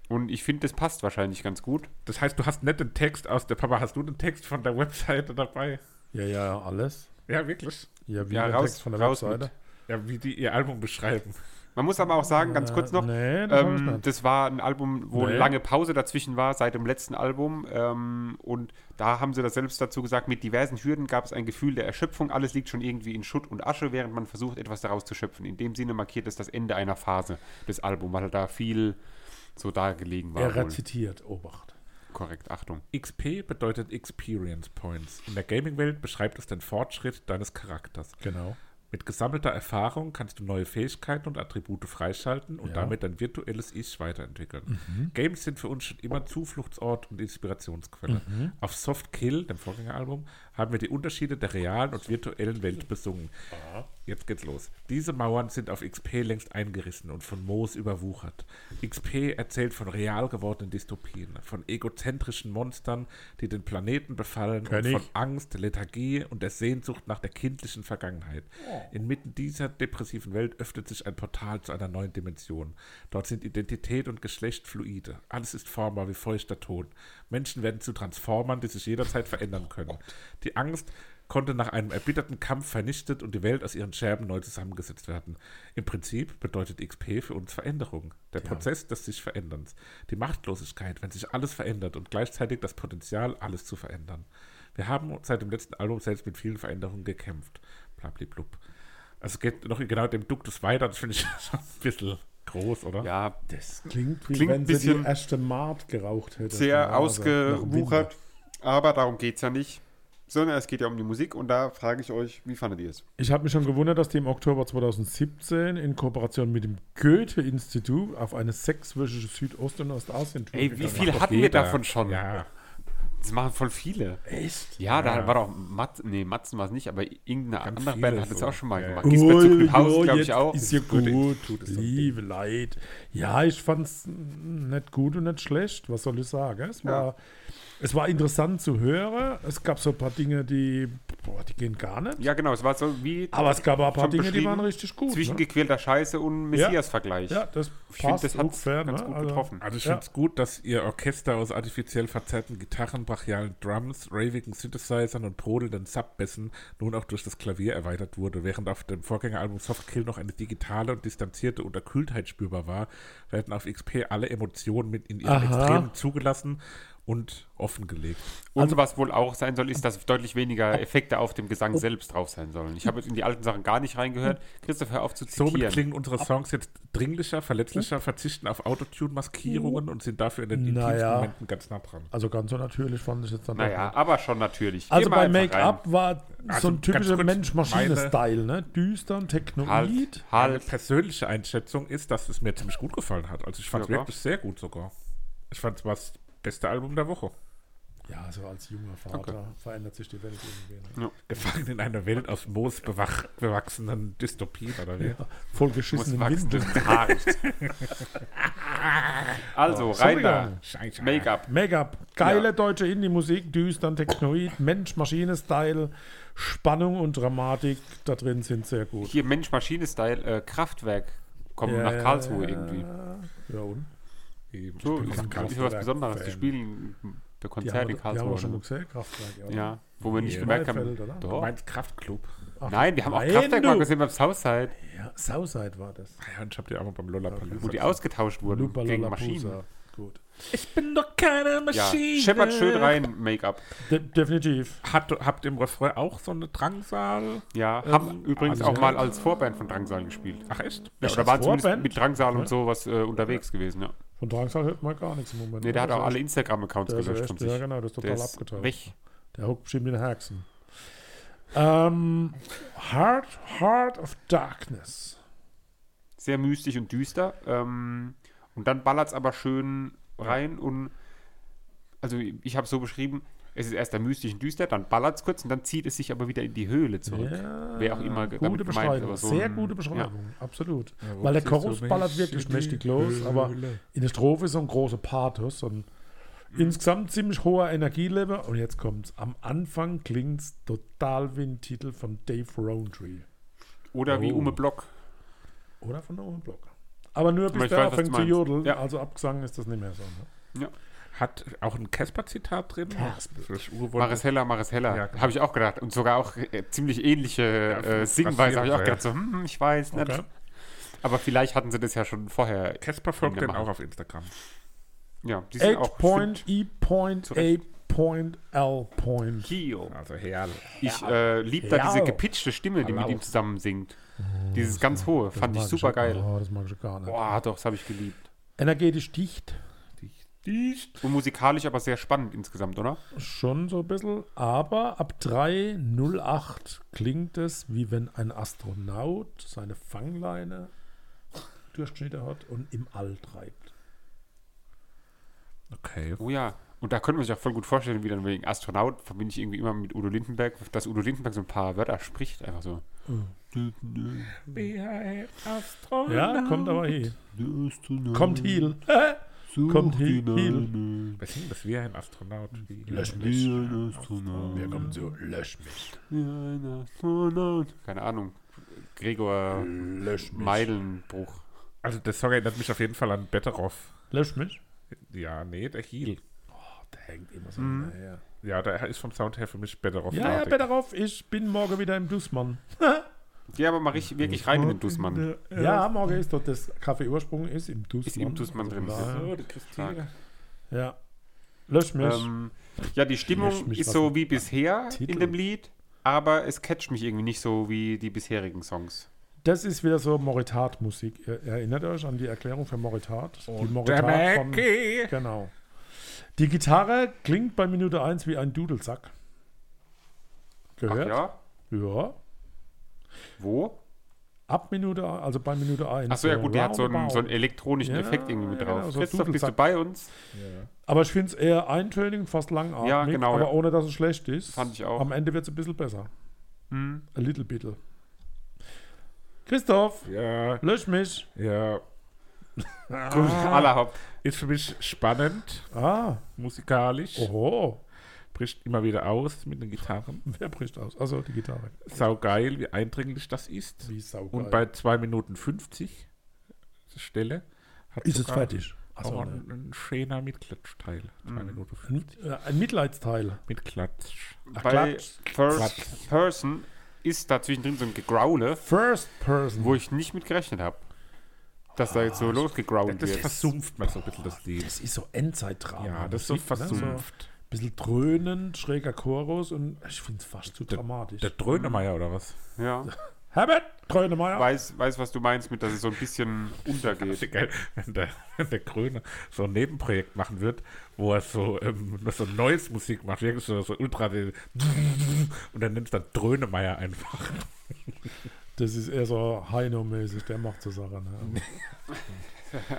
Und ich finde, das passt wahrscheinlich ganz gut.
Das heißt, du hast nicht den Text aus der Papa, hast du den Text von der Webseite dabei?
Ja, ja, alles.
Ja, wirklich.
Ja, wie
Ja,
der
raus-
Text von der
raus
Webseite.
mit.
Ja, wie die ihr Album beschreiben.
Man muss aber auch sagen, ganz kurz noch,
Äh, nee, das hab ich
ähm,
nicht.
das war ein Album, wo
Nee.
lange Pause dazwischen war, seit dem letzten Album. Ähm, und da haben sie das selbst dazu gesagt, mit diversen Hürden gab es ein Gefühl der Erschöpfung. Alles liegt schon irgendwie in Schutt und Asche, während man versucht, etwas daraus zu schöpfen. In dem Sinne markiert es das Ende einer Phase des Albums, weil da viel so da gelegen war.
Er
wohl.
zitiert, Obacht.
Korrekt, Achtung.
XP bedeutet Experience Points. In der Gaming-Welt beschreibt es den Fortschritt deines Charakters.
Genau.
Mit gesammelter Erfahrung kannst du neue Fähigkeiten und Attribute freischalten und damit dein virtuelles Ich weiterentwickeln. Games sind für uns schon immer Zufluchtsort und Inspirationsquelle. Auf Soft Kill, dem Vorgängeralbum, haben wir die Unterschiede der realen und virtuellen Welt besungen. Jetzt geht's los. Diese Mauern sind auf XP längst eingerissen und von Moos überwuchert. XP erzählt von real gewordenen Dystopien, von egozentrischen Monstern, die den Planeten befallen
Kenn
und von
ich.
Angst, Lethargie und der Sehnsucht nach der kindlichen Vergangenheit. Inmitten dieser depressiven Welt öffnet sich ein Portal zu einer neuen Dimension. Dort sind Identität und Geschlecht fluide. Alles ist formbar wie feuchter Ton. Menschen werden zu Transformern, die sich jederzeit verändern können. Die Angst konnte nach einem erbitterten Kampf vernichtet und die Welt aus ihren Scherben neu zusammengesetzt werden. Im Prinzip bedeutet XP für uns Veränderung, der Prozess des sich Veränderns, die Machtlosigkeit, wenn sich alles verändert und gleichzeitig das Potenzial, alles zu verändern. Wir haben seit dem letzten Album selbst mit vielen Veränderungen gekämpft. Blabliblub. Also es geht noch in genau dem Duktus weiter, das finde ich schon ein bisschen groß, oder?
Ja,
Das klingt wie
Klingt
wenn sie die
bisschen
erste Mart geraucht hätte.
sehr
Ja, also nach Winter.
ausgewuchert, aber darum geht es ja nicht. Sondern es geht ja um die Musik und da frage ich euch, wie fandet ihr es?
Ich habe mich schon gewundert, dass die im Oktober 2017 in Kooperation mit dem Goethe-Institut auf eine sechswöchige Südost- und Ostasien-Tour
Ey, wie
gegangen
viel
Doch
hatten wir
jeder.
davon schon?
Ja.
Das machen voll viele.
Echt?
Ja, da war doch Matz, nee, Matzen war es nicht, aber irgendeine
Ganz
andere
viele
Band hat es
so.
auch schon mal
Ja, ja.
gemacht. Gisbert zu Knüpphausen, glaube ich,
jetzt
auch.
Ist ja
Goethe
gut,
Institut ist so ein
liebe Leid. Ja, ich fand es nicht gut und nicht schlecht. Was soll ich sagen? Es war, es war interessant zu hören. Es gab so ein paar Dinge, die, boah, die gehen gar nicht.
Ja, genau, es war so wie
Aber es gab auch ein paar
schon
Dinge, die
beschrieben,
waren richtig gut.
zwischen
ne?
gequälter Scheiße und Messias-Vergleich.
Ja, das
Ich finde, das hat
ungefähr,
ganz
ne?
gut
Also-
getroffen.
Also ich
Ja.
finde es gut, dass ihr Orchester aus artifiziell verzerrten Gitarren, brachialen Drums, ravigen Synthesizern und brodelnden Subbässen nun auch durch das Klavier erweitert wurde, während auf dem Vorgängeralbum Softkill noch eine digitale und distanzierte Unterkühltheit spürbar war, werden auf XP alle Emotionen mit in ihrem
Aha.
Extrem zugelassen und offengelegt.
Und
Also
was wohl auch sein soll, ist, dass deutlich weniger Effekte auf dem Gesang selbst drauf sein sollen. Ich habe jetzt in die alten Sachen gar nicht reingehört. Christoph, hör auf zu
Somit
zitieren.
klingen unsere Songs jetzt dringlicher,
Hm?
verletzlicher, verzichten auf Autotune-Maskierungen und sind dafür in den intimsten
Naja.
Momenten ganz nah dran.
Also ganz so natürlich fand ich jetzt dann doch
naja,
nicht.
aber schon natürlich.
Also
Geh mal
bei
einfach
Make-up war
Also
so ein
ganz
typischer
kurz,
Mensch-Maschine-Style, ne? Düster und Technoid.
rein. Halt,
Meine
halt.
persönliche Einschätzung ist, dass es mir ziemlich gut gefallen hat. Also ich fand es
Ja,
wirklich sehr gut sogar. Ich fand es war das beste Album der Woche.
Ja, so als junger Vater verändert sich die Welt irgendwie. Ne?
Gefangen in einer Welt aus Moos bewach, bewachsenen Dystopien oder wie.
Voll
Muss
geschissenen
wachsen,
Wind.
das hart. also, rein da.
Scheiße.
Make-up.
Make-up, geile
Ja.
deutsche Indie-Musik, düster und Technoid, Mensch-Maschine-Style, Spannung und Dramatik da drin sind sehr gut.
Hier Mensch-Maschine-Style, äh, Kraftwerk. Kommen
Ja,
nach
ja,
Karlsruhe
ja.
irgendwie.
Ja, und?
Ich
So,
bin
ist,
von
ist
Karlsruhe.
was Besonderes. Die
Fan.
spielen
Die
bei Konzerten
haben,
in
wir- die haben wir schon mal
Karlsruhe.
gesehen, Kraftwerk. oder?
oder? Ja, wo wir nicht
Nee.
gemerkt haben.
Bielefeld, oder?
Du
Doch.
meinst Kraftclub.
Ach,
Nein, wir haben auch
nein,
Kraftwerk mal
du.
gesehen beim Southside,
Ja, Southside war das.
Ah Ja, und ich hab die auch mal beim Lollapalooza.
wo die ausgetauscht wurden
Lupa
gegen
Lollapalooza.
Maschinen.
Gut.
Ich bin doch keine
Ja,
Maschine.
scheppert schön rein, Make-up.
De definitiv.
Hat, habt ihr im Refrain auch so eine Drangsal?
Ja,
Ähm,
haben übrigens
also
auch mal als Vorband von Drangsal gespielt.
Ach echt?
Ja,
Echt
oder
als
waren zumindest
Vorband?
mit Drangsal und sowas äh, unterwegs gewesen, ja.
Von Drangsal hört man gar nichts im Moment.
Nee, der hat
Das
auch
ist
alle
echt-
Instagram-Accounts
der ist
gelöscht
echt-
von sich.
Ja, genau, das ist
der
total
ist
abgeteilt.
weg.
Der huckt bestimmt den Haxen. Ähm, Heart, Heart of Darkness.
Sehr mystisch und düster. Ähm, und dann ballert es aber schön rein und also ich habe so beschrieben, es ist erst der mystisch und düster, dann ballert es kurz und dann zieht es sich aber wieder in die Höhle zurück.
Ja,
Wer auch immer ge-
Gute
damit gemeint ist,
Beschreibung.
aber so
Sehr
ein-
gute
Ja.
Beschreibung, absolut.
wo
Weil der
ziehst du
Chorus
mich
ballert wirklich
in die
mächtig los, aber
Höhle?
in der Strophe ist so ein großer Pathos und
Mhm.
insgesamt ziemlich hoher Energielevel. Und jetzt kommt's. Am Anfang klingt's total wie ein Titel von Dave Rowntree.
Oder wie
Oh.
Ume Block.
Oder von der Block. Aber nur
Aber
bis
ich
der
weiß, was du
anfängt zu
meinst.
jodeln.
Ja.
Also abgesungen ist das nicht mehr so. Ne?
Ja.
Hat auch ein Casper-Zitat drin?
Casper.
Für das Urwort-
Marisella, Marisella.
Ja, genau.
Habe ich auch gedacht. Und sogar auch äh, ziemlich ähnliche äh,
Ja,
Singweise. Habe ich auch
ja.
gedacht, so, hm, ich weiß nicht.
Okay.
Aber vielleicht hatten sie das ja schon vorher.
Casper folgt
Ja,
dann
mach.
auch auf Instagram.
Ja, die sind auch
H-Point, E-Point,
Zurecht.
A-Point, L-Point.
Kio.
Also herrlich.
Ich äh, liebe da
Ja.
diese gepitchte Stimme, die mit
Hallo.
ihm zusammen singt. Dieses ganz hohe. Fand ich
Mag
super geil.
Oh, das mag ich gar nicht.
Boah, doch, das habe ich geliebt.
Energetisch dicht.
Und musikalisch aber sehr spannend insgesamt, oder?
Schon so ein bisschen, aber ab 3.08 klingt es, wie wenn ein Astronaut seine Fangleine durchschnitte hat und im All treibt.
Okay.
Oh ja. Und Und da könnte man sich auch voll gut vorstellen, wie dann wegen Astronaut verbinde ich irgendwie immer mit Udo Lindenberg, dass Udo Lindenberg so ein paar Wörter spricht, einfach so.
Oh
Ja, kommt aber hier. Kommt Heal. kommt Heal. Heal.
Was sind das? Wie ein Astronaut. Wie
Wer kommt so? Lösch mich.
Keine Ahnung. Gregor
Lösch
Meilenbruch.
Also der Song erinnert mich auf jeden Fall an Betteroff.
Lösch mich?
Ja, nee, der Heal.
Der hängt immer so hinterher.
Ja, der ist vom Sound her für mich Betteroff.
Ja, ja, bitte darauf. Ich bin morgen wieder im Dussmann.
Ja, aber mal richtig, wirklich rein in den Dussmann.
Ja, morgen ist doch das Kaffeeursprung ist im Dussmann.
Ist im Dussmann drin.
Ja.
Oh, du kriegst hier.
Ja. Lösch mich.
Ähm, ja, die
Lösch
Stimmung
mich
ist
was
so
mit
wie bisher
Titel.
in dem Lied, aber es catcht mich irgendwie nicht so wie die bisherigen Songs.
Das ist wieder so Moritat-Musik. Ihr- Erinnert ihr euch an die Erklärung für Moritat? die
Der
Moritat von,
Mackie.
Genau. Die Gitarre klingt bei Minute 1 wie ein Dudelsack.
Ach
Gehört?
ja?
ja.
Wo?
Ab Minute, also bei Minute 1.
Achso, ja gut, der hat so einen, so einen elektronischen
Ja,
Effekt irgendwie mit
ja,
drauf.
genau, so
Christoph, bist du
Dudelsack.
bei uns?
Aber ich finde es eher eintönig, fast langatmig,
E- Ja, genau,
aber
ja.
ohne, dass es schlecht ist.
Fand ich auch. Hm.
Am Ende wird es ein bisschen besser. A little bit. Christoph,
Ja,
lösch mich.
ja.
Gut, allerhaupt.
Ist für mich spannend,
Ah,
musikalisch.
Oh. oho.
Bricht immer wieder aus mit den Gitarren.
Wer bricht aus? Also die Gitarre.
Saugeil, wie eindringlich das ist.
Wie saugeil.
Und bei 2 Minuten 50 Stelle hat
Ist es
sogar
fertig? ne.
Auch
Achso,
ein, ein schöner Mitklatschteil. 2 Minuten 50
Äh, Ein Mitleidsteil.
Mitklatsch.
bei
Klatsch.
First
Klatsch.
Person ist dazwischen drin so ein Gegraule,
First Person.
wo ich nicht mit gerechnet habe. Dass da
Ah,
jetzt so losgegrault
Das
wird.
versumpft man so ein bisschen das Lied.
das ist so Endzeitdrama.
Ja, das ist so
Musik, ne?
versumpft.
Ein bisschen dröhnend, schräger Chorus und ich finde es fast zu dramatisch.
Der
mhm.
Dröhnemeier oder was?
Ja.
Herbert Grönemeyer.
Weiß, weiß, was du meinst mit, dass es so ein bisschen untergeht.
Geil, wenn der, wenn der Gröne so ein Nebenprojekt machen wird, wo er so, ähm, nur so neues Musik macht, wirklich so, so ultra und dann nimmt es dann Dröhnemeier einfach.
Das ist eher so Heino-mäßig, der macht so Sachen. Ne?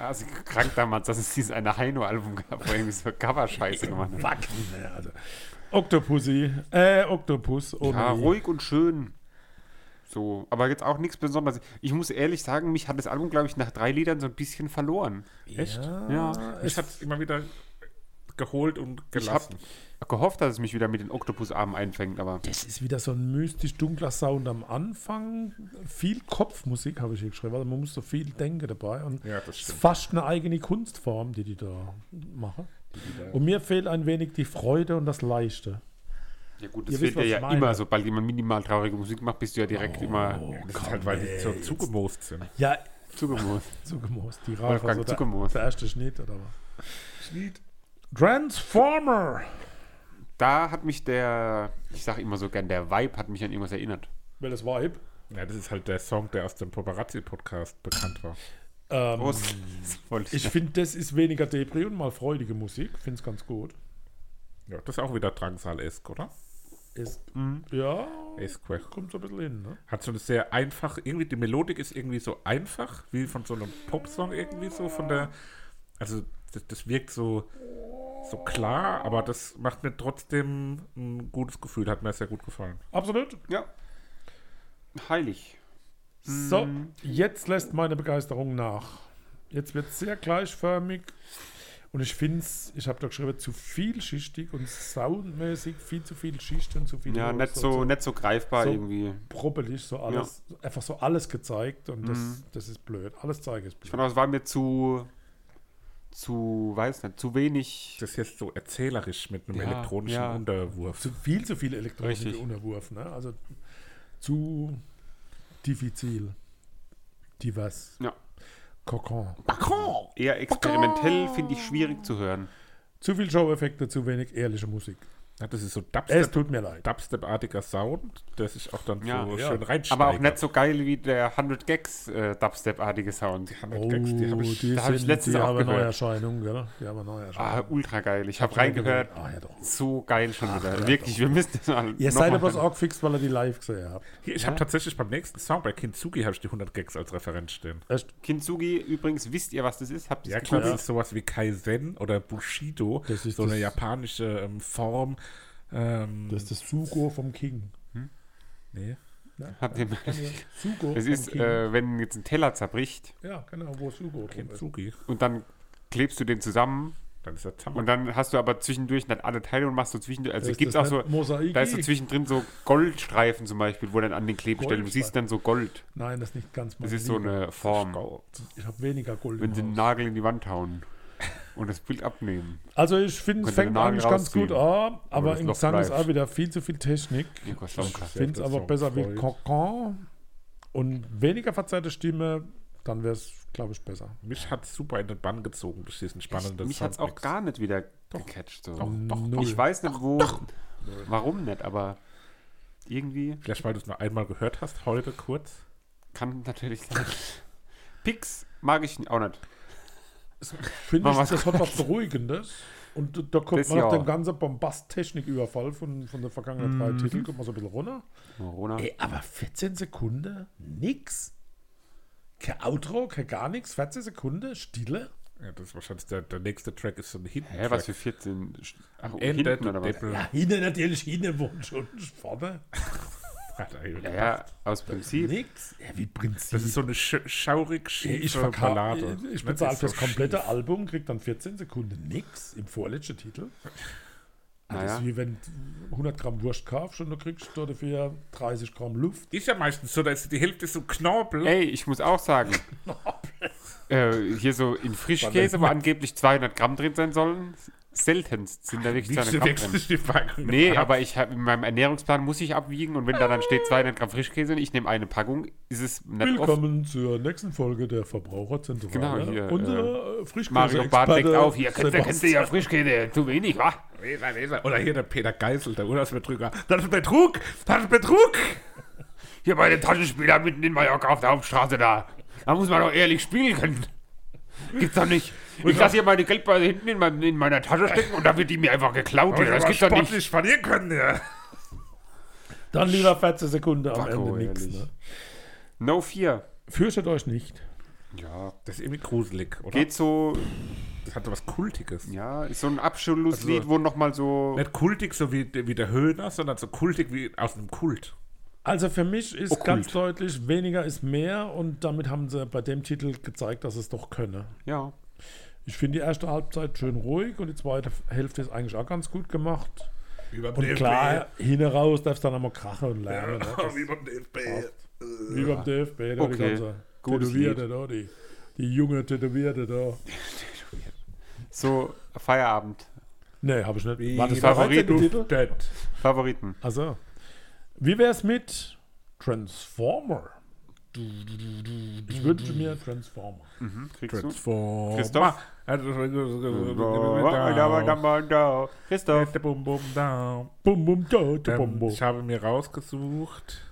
Also krank damals, dass es dieses eine Heino-Album gab, wo irgendwie so Cover-Scheiße gemacht hat.
Wacken, ne, also. Octopussy. Äh, Octopus. Ohne
Ja,
I.
ruhig und schön. So, aber jetzt auch nichts Besonderes. Ich muss ehrlich sagen, mich hat das Album, glaube ich, nach drei Liedern so ein bisschen verloren.
Echt?
Ja.
Ich habe es immer wieder geholt und
Ich habe
gelassen.
gehofft, dass es mich wieder mit den Oktopusarmen einfängt, aber
Das ist wieder so ein mystisch dunkler Sound am Anfang. Viel Kopfmusik habe ich hier geschrieben. Also man muss so viel denken dabei. Und
Ja, das
es ist
stimmt.
fast eine eigene Kunstform, die die da machen. Und mir fehlt ein wenig die Freude und das Leichte.
Ja gut,
Ihr
das
wisst,
fehlt dir
was
ja
ich meine. Oh,
immer, sobald jemand minimal traurige Musik macht, bist du ja direkt immer
Das ist halt, weil die so zugemoost sind.
Ja,
zugemust.
zugemost. Die Rafa,
Wolfgang
so der,
zugemost.
der erste Schnitt oder was? Schnitt. Transformer.
Da hat mich der, ich sage immer so gern, der Vibe hat mich an irgendwas erinnert.
Weil das war hip.
Ja, das ist halt der Song, der aus dem Paparazzi-Podcast bekannt war.
Ähm,
Prost. Das wollte
Ich
ich
finde, das ist weniger Depri und mal freudige Musik. Finde es ganz gut.
Ja, das ist auch wieder Drangsal-esk, oder?
Ist, Ja,
Esk weg.
kommt so ein bisschen hin. Ne?
Hat so eine sehr einfach, irgendwie, die Melodik ist irgendwie so einfach, wie von so einem Popsong irgendwie so von der, also das, das wirkt so, so klar, aber das macht mir trotzdem ein gutes Gefühl, hat mir sehr gut gefallen.
Absolut.
ja. Heilig.
So,
Mm.
jetzt lässt meine Begeisterung nach. Jetzt wird es sehr gleichförmig. Und ich finde es, ich habe da geschrieben, zu vielschichtig und soundmäßig viel zu viel Schichten, zu viel.
Ja, nicht so, nicht so greifbar
So.
irgendwie.
proppelig, so alles, einfach so alles gezeigt und das, das ist blöd. Alles zeige ist
Mm.
blöd.
Ich fand auch, Genau, es war mir zu, zu, weiß nicht, zu wenig.
Das ist jetzt so erzählerisch mit einem
Ja,
elektronischen
ja.
Unterwurf.
zu viel zu viel elektronische
Richtig.
Unterwurf, ne? Also zu diffizil. Divers.
Ja.
Kokon.
Eher experimentell finde ich schwierig zu hören.
Zu viel Show-Effekte, zu wenig ehrliche Musik.
Ja, das ist so
Es
Dubstep,
tut mir leid.
Dubstep-artiger Sound, der sich auch dann
Ja,
so
ja.
schön reinsteigert.
Aber auch nicht so geil wie der 100 Gags äh, Dubstep-artige Sound.
Oh, die habe ich,
da hab ich letztens
die
auch
haben eine
gehört.
Neuerscheinung, gell? Die haben eine Neuerscheinung.
Ah, ultra geil. Ich habe reingehört.
Ah, ja doch.
So geil schon wieder. Wirklich, wir müssen das mal.
Ihr
noch
seid
mal
aber
hören.
auch gefixt, weil ihr die live gesehen habt.
Hier, ich habe tatsächlich beim nächsten Song bei Kintsugi habe ich die 100 Gags als Referenz stehen.
Echt?
Kintsugi, übrigens, wisst ihr, was das ist? Habt ihr
Ja,
es
klar,
gegoogelt?
das ist sowas wie Kaizen oder Bushido,
Das ist
so
das-
eine japanische ähm, Form. Ähm,
Das ist das Sugo vom King.
nee.
Habt ihr mal-
Sugo
Das
vom
ist,
King.
äh, wenn jetzt ein Teller zerbricht
ja, genau, wo Sugo drin ist.
Kintsugi.
und dann klebst du den zusammen
Dann ist der Zamba.
und dann hast du aber zwischendurch dann alle Teile und machst so zwischendurch. Also
Ist
gibt auch
das
so.
nicht Mosaik.
Da ist so zwischendrin so Goldstreifen zum Beispiel, wo dann an den Klebestellen, du siehst dann so Gold.
Nein, das ist nicht ganz mein
Das ist so
Lieber.
eine Form.
Ich habe weniger Gold.
Wenn sie
im
einen
Haus.
Nagel in die Wand hauen und das Bild abnehmen.
Also ich finde, es
Könnte der
fängt
Nagel
eigentlich ganz
rausziehen.
gut an,
Aber
aber
das
im
Loch
Gesang ist
bleibt.
auch wieder viel zu viel Technik.
Nico Slomka.
Ich finde es aber besser wie Kokon und weniger verzerrte Stimme, dann wäre es, glaube ich, besser.
Mich hat super in den Bann gezogen durch diesen spannenden
Mich hat es auch
Soundmix.
gar nicht wieder gecatcht. So.
Doch,
Null.
doch.
Ich weiß nicht, wo, warum nicht, aber irgendwie
Vielleicht, weil du es nur einmal gehört hast, heute kurz.
kann natürlich sein. Pix mag ich auch nicht.
Finde ich,
Machen
das
wir's
hat was Beruhigendes. Und da- da kommt
Das
man nach
ja.
dem ganzen Bombast-Technik-Überfall von, von den vergangenen drei Titeln, kommt man so ein bisschen runter.
Corona.
Mhm.
Äh,
Ey, aber 14 Sekunden, nix. Kein Outro, kein gar nichts, 14 Sekunden, Stille.
Ja, das ist wahrscheinlich der, der nächste Track ist so ein Hit.
Hä, was für 14? Ach,
Ende
hinten oder was?
Deppel.
hinten natürlich, hinten wohnt schon vorne.
Hat er
Ja,
gedacht.
ja, aus Prinzip.
Nix. Ja, wie Prinzip.
Das ist so eine sch schaurig schiefe
ich verkau-
Ballade.
Ich
Ne, die
bezahle
ist
fürs
so
komplette
schief.
Album, krieg dann 14 Sekunden nix im vorletzten Titel. Das
Naja.
ist wie wenn du 100 Gramm Wurst kaufst und du kriegst dafür 30 Gramm Luft.
Ist ja meistens so, da ist die Hälfte so Knorpel.
Ey, ich muss auch sagen, äh, hier so in Frischkäse, wo angeblich 200 Gramm drin sein sollen, seltenst sind da wirklich
Wiegst
200
du
Gramm drin.
wirklich die Packung?
Nee,
ab?
aber ich hab, in meinem Ernährungsplan muss ich abwiegen und wenn da dann steht 200 Gramm Frischkäse und ich nehme eine Packung, ist es nicht oft.
Willkommen zur nächsten Folge der Verbraucherzentrale.
Genau, hier,
Unsere äh, Frischkäse
Mario Barth deckt auf, hier kennst du- kennst du ja Frischkäse, zu wenig, wa?
Weser, Weser. Oder hier der Peter Geisel, der Urlaubsbetrüger. Das ist Betrug! Das ist Betrug!
Hier bei den Taschenspielern mitten in Mallorca auf der Hauptstraße da. Da muss man doch ehrlich spielen können. Gibt's doch nicht. Ich lasse hier meine Geldbörse hinten in, meinem- in meiner Tasche stecken und dann wird die mir einfach geklaut. Hier.
Aber
Das gibt's doch nicht.
sportlich verlieren können, ja.
Dann lieber 14 Sekunden am
Paco,
Ende nix.
ehrlich.
Ne?
No 4.
Fürchtet euch nicht.
Ja.
Das ist irgendwie gruselig, oder?
Geht so,
Das hat so was Kultiges.
ja, ist so ein Abschlusslied, wo nochmal so.
Nicht kultig so wie, wie der Höhner, sondern so kultig wie aus einem Kult.
Also für mich ist
Okkult.
ganz deutlich, weniger ist mehr und damit haben sie bei dem Titel gezeigt, dass es doch könne.
Ja.
Ich finde die erste Halbzeit schön ruhig und die zweite Hälfte ist eigentlich auch ganz gut gemacht. Und klar, hin und raus darfst du dann einmal krachen und lernen. Ne?
wie beim DFB.
Wie beim DFB, da ne? die
Okay,
ganze
gutes
Tätowierte da, die, die ne? junge Tätowierte da.
So Feierabend.
Nee, habe ich nicht.
War das
der 13.
Favorit?
Titel?
Das.
Favoriten.
Also, wie wär's mit Transformer? Ich wünsche mir Transformer.
Kriegst du?
Transform.
Christoph? Oh, Christoph.
Bum, bum, da.
Bum, bum, da, da, bum,
Ähm,
bum.
ich habe mir rausgesucht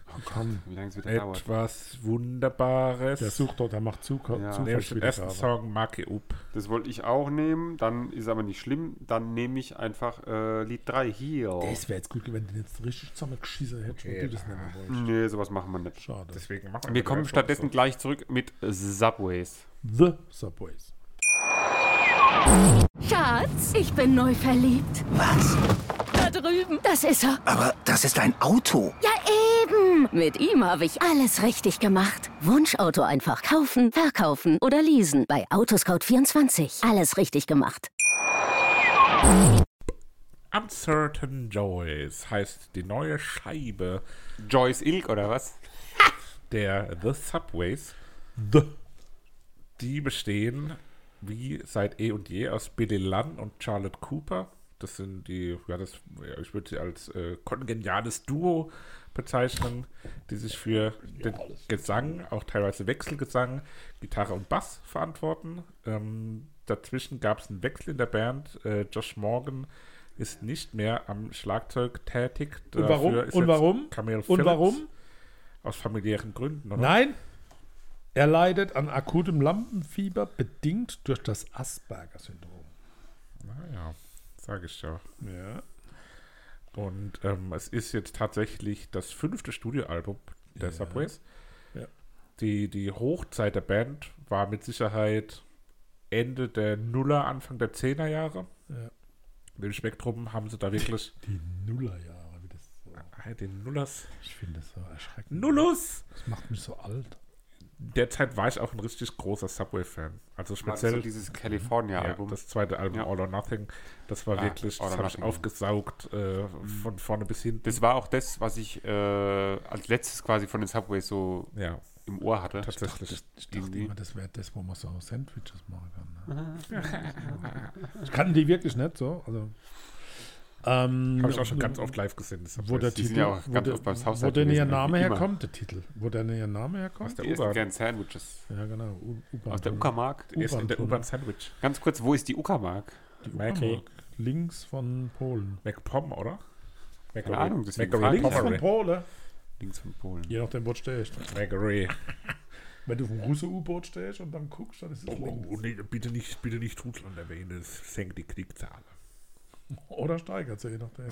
Wie lange es wieder Oh, dauert.
etwas Wunderbares.
Der sucht dort, der macht zu,
Ja.
Nämlich den ersten
Zufallswiedergabe.
Song Marke Up.
Das wollte ich auch nehmen, dann ist aber nicht schlimm. Dann nehme ich einfach äh, Lied 3 hier.
Das wäre jetzt gut, wenn du den jetzt richtig zusammengeschissen hättest und du das nehmen wolltest.
Nee, sowas machen wir nicht.
Schade.
Deswegen machen
Wir kommen stattdessen gleich zurück mit Subways.
The Subways.
Schatz, ich bin neu verliebt.
Was?
Da drüben. Das ist er.
Aber das ist ein Auto.
Ja, eben. Mit ihm habe ich alles richtig gemacht. Wunschauto einfach kaufen, verkaufen oder leasen. Bei Autoscout24. Alles richtig gemacht.
Uncertain Joys heißt die neue Scheibe
Joyce Ilk oder was?
der The Subways.
The.
Die bestehen wie seit eh und je aus Billy Lunn und Charlotte Cooper. Das sind die, ja, das, ja, ich würde sie als äh, kongeniales Duo bezeichnen, die sich für den Gesang, auch teilweise Wechselgesang, Gitarre und Bass verantworten. Ähm, dazwischen gab es einen Wechsel in der Band. Äh, Josh Morgan ist nicht mehr am Schlagzeug tätig.
Und warum?
Dafür ist jetzt
Und warum?
Camille
Und
Phillips
warum?
Aus familiären Gründen, oder?
Nein, er leidet an akutem Lampenfieber, bedingt durch das Asperger-Syndrom.
Naja, sage Ah ich ja.
Ja.
Und ähm, es ist jetzt tatsächlich das fünfte Studioalbum der Subways.
Ja.
Die, die Hochzeit der Band war mit Sicherheit Ende der Nuller, Anfang der Zehner Jahre.
Ja.
In dem Spektrum haben sie da wirklich
Die Nullerjahre, wie das so.
Ah, den Nullers.
Ich finde das so erschreckend.
Nullus!
Das macht mich so alt.
Derzeit war ich auch ein richtig großer Subway-Fan. Also
Magst du
speziell
dieses
ja,
California-Album?
das zweite Album
Ja.
All or Nothing. Das war
Ah,
wirklich,
All
das
or
habe ich
Nothing, ja.
aufgesaugt äh,
Mhm.
von vorne bis hinten.
Das war auch das, was ich äh, als letztes quasi von den Subways so
ja,
im Ohr hatte.
tatsächlich.
Ich dachte
Irgendwie.
immer, das wäre das, wo man so Sandwiches machen kann. Ne? ich kann die wirklich nicht so. Also, ähm,
Habe ich auch schon ganz oft live gesehen. die
wo der
Subways.
Die
Titel,
sind ja auch
wo,
ganz
der,
oft beim
wo
Southside
denn ihr
gewesen, ne?
Name
wie immer.
herkommt, der Titel. Wo denn ihr Name herkommt?
der
Die essen
U-Bahn.
gern Sandwiches.
Ja, genau. U U-Bahn.
Aus der Uckermark.
Der ist in der
U-Bahn-Tunnel.
U-Bahn Sandwich.
Ganz kurz, wo ist die Uckermark?
Die
Merkel.
Uckermark. Links von Polen.
McPom, oder?
Keine Ahnung, deswegen
McGarry.
frage ich.
Pommery.
Polen?
Links von Polen.
Je nachdem, wo du stehst.
McGarry.
Wenn du vom Russe-U-Boot stehst und dann guckst, dann ist es
Oh,
links.
nee, bitte nicht, bitte nicht Russland erwähnen, das senkt die Klickzahl.
Oder steigert sie, je nachdem.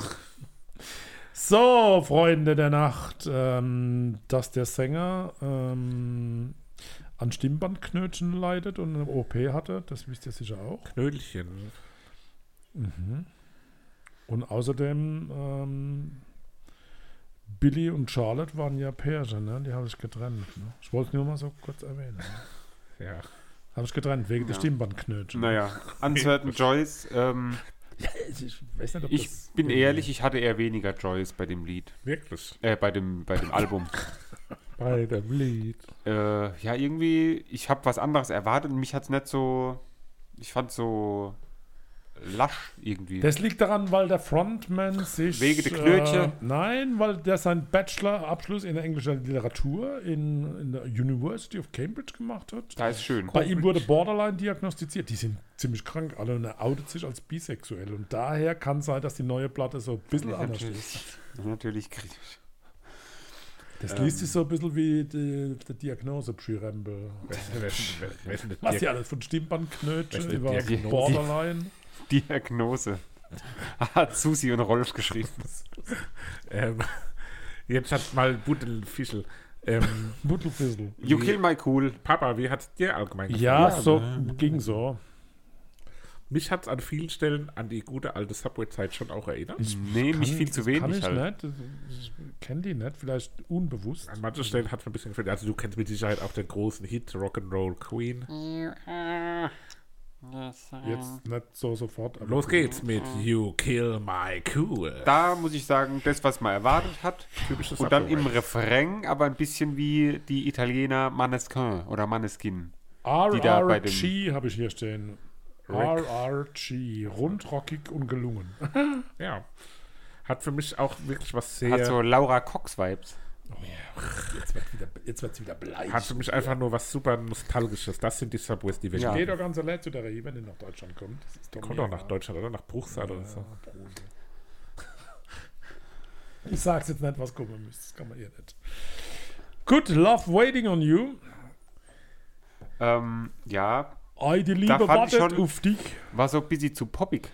So, Freunde der Nacht, ähm, dass der Sänger ähm, an Stimmbandknötchen leidet und eine OP hatte, das wisst ihr sicher auch.
Knödelchen.
Und außerdem, ähm, Billy und Charlotte waren ja Pärchen, ne? die haben sich getrennt. Ne? Ich wollte es nur mal so kurz erwähnen. Ne?
Ja.
Haben sich getrennt, wegen der
Ja.
Stimmbandknötchen.
Naja, Uncertain Joys. Ähm,
Ich weiß nicht, ob
ich
das...
bin ehrlich, ich hatte eher weniger Joys bei dem Lied.
Wirklich.
Äh, bei dem, bei dem Album.
Bei dem Lied.
äh, ja, irgendwie, ich habe was anderes erwartet und mich hat es nicht so. Ich fand so lasch irgendwie.
Das liegt daran, weil der Frontman sich. äh,
Wegen der Knötchen?
nein, weil der seinen Bachelor-Abschluss in der englischen Literatur in, in der University of Cambridge gemacht hat.
da ist schön.
Bei ihm wurde Borderline diagnostiziert. Die sind ziemlich krank alle und er outet sich als bisexuell. Und daher kann sein, dass die neue Platte so ein bisschen anders ist.
natürlich, natürlich kritisch.
Das liest sich so ein bisschen wie die, die Diagnose Preramble. Was die
Was
alles von Stimmbandknötchen
Welche
über
Diagnose?
Borderline.
Diagnose. Hat Susi und Rolf geschrieben.
ähm, Jetzt hat mal Buddelfischel. Ähm,
Muttelfissel.
You kill my cool.
Papa, wie hat's dir allgemein
Ja, so ging so.
Mich hat's an vielen Stellen an die gute alte Subway-Zeit schon auch erinnert.
Nee, mich viel zu
Hm, Kann
wenig
ich ne?
halt.
nicht. Das- Ich kenne die nicht, vielleicht unbewusst.
An manchen Stellen hat man ein bisschen gefällt. Also du kennst mit Sicherheit auch den großen Hit Rock'n'Roll Queen.
Jetzt nicht so sofort. aber-
Los geht's mit
Mhm.
You Kill My Cool.
Da muss ich sagen, das, was man erwartet hat.
Typisches
Und dann
Subway.
im Refrain, aber ein bisschen wie die Italiener Maneskin oder Maneskin. die da bei dem-
RRG habe ich hier stehen. RRG. Rundrockig und gelungen.
Ja. Hat für mich auch wirklich was sehr.
Hat so Laura Cox-Vibes.
Jetzt wird es wieder, jetzt wird's wieder bleich.
hat für mich einfach nur was super Nostalgisches. Das sind die Subways, die wir
Ja.
lieben.
Geht doch ganz allein zu der Rehe, wenn die nach Deutschland kommt. Das ist doch
Kommt
mega.
auch nach Deutschland, oder? Nach Bruchsal oder so.
Ich sag's jetzt nicht, was kommen müsste. Das kann man hier nicht. Good Love Waiting on You.
Ähm, ja,
I, die
Da
Liebe
fand ich
wartet
schon-
auf dich.
war so ein bisschen zu poppig.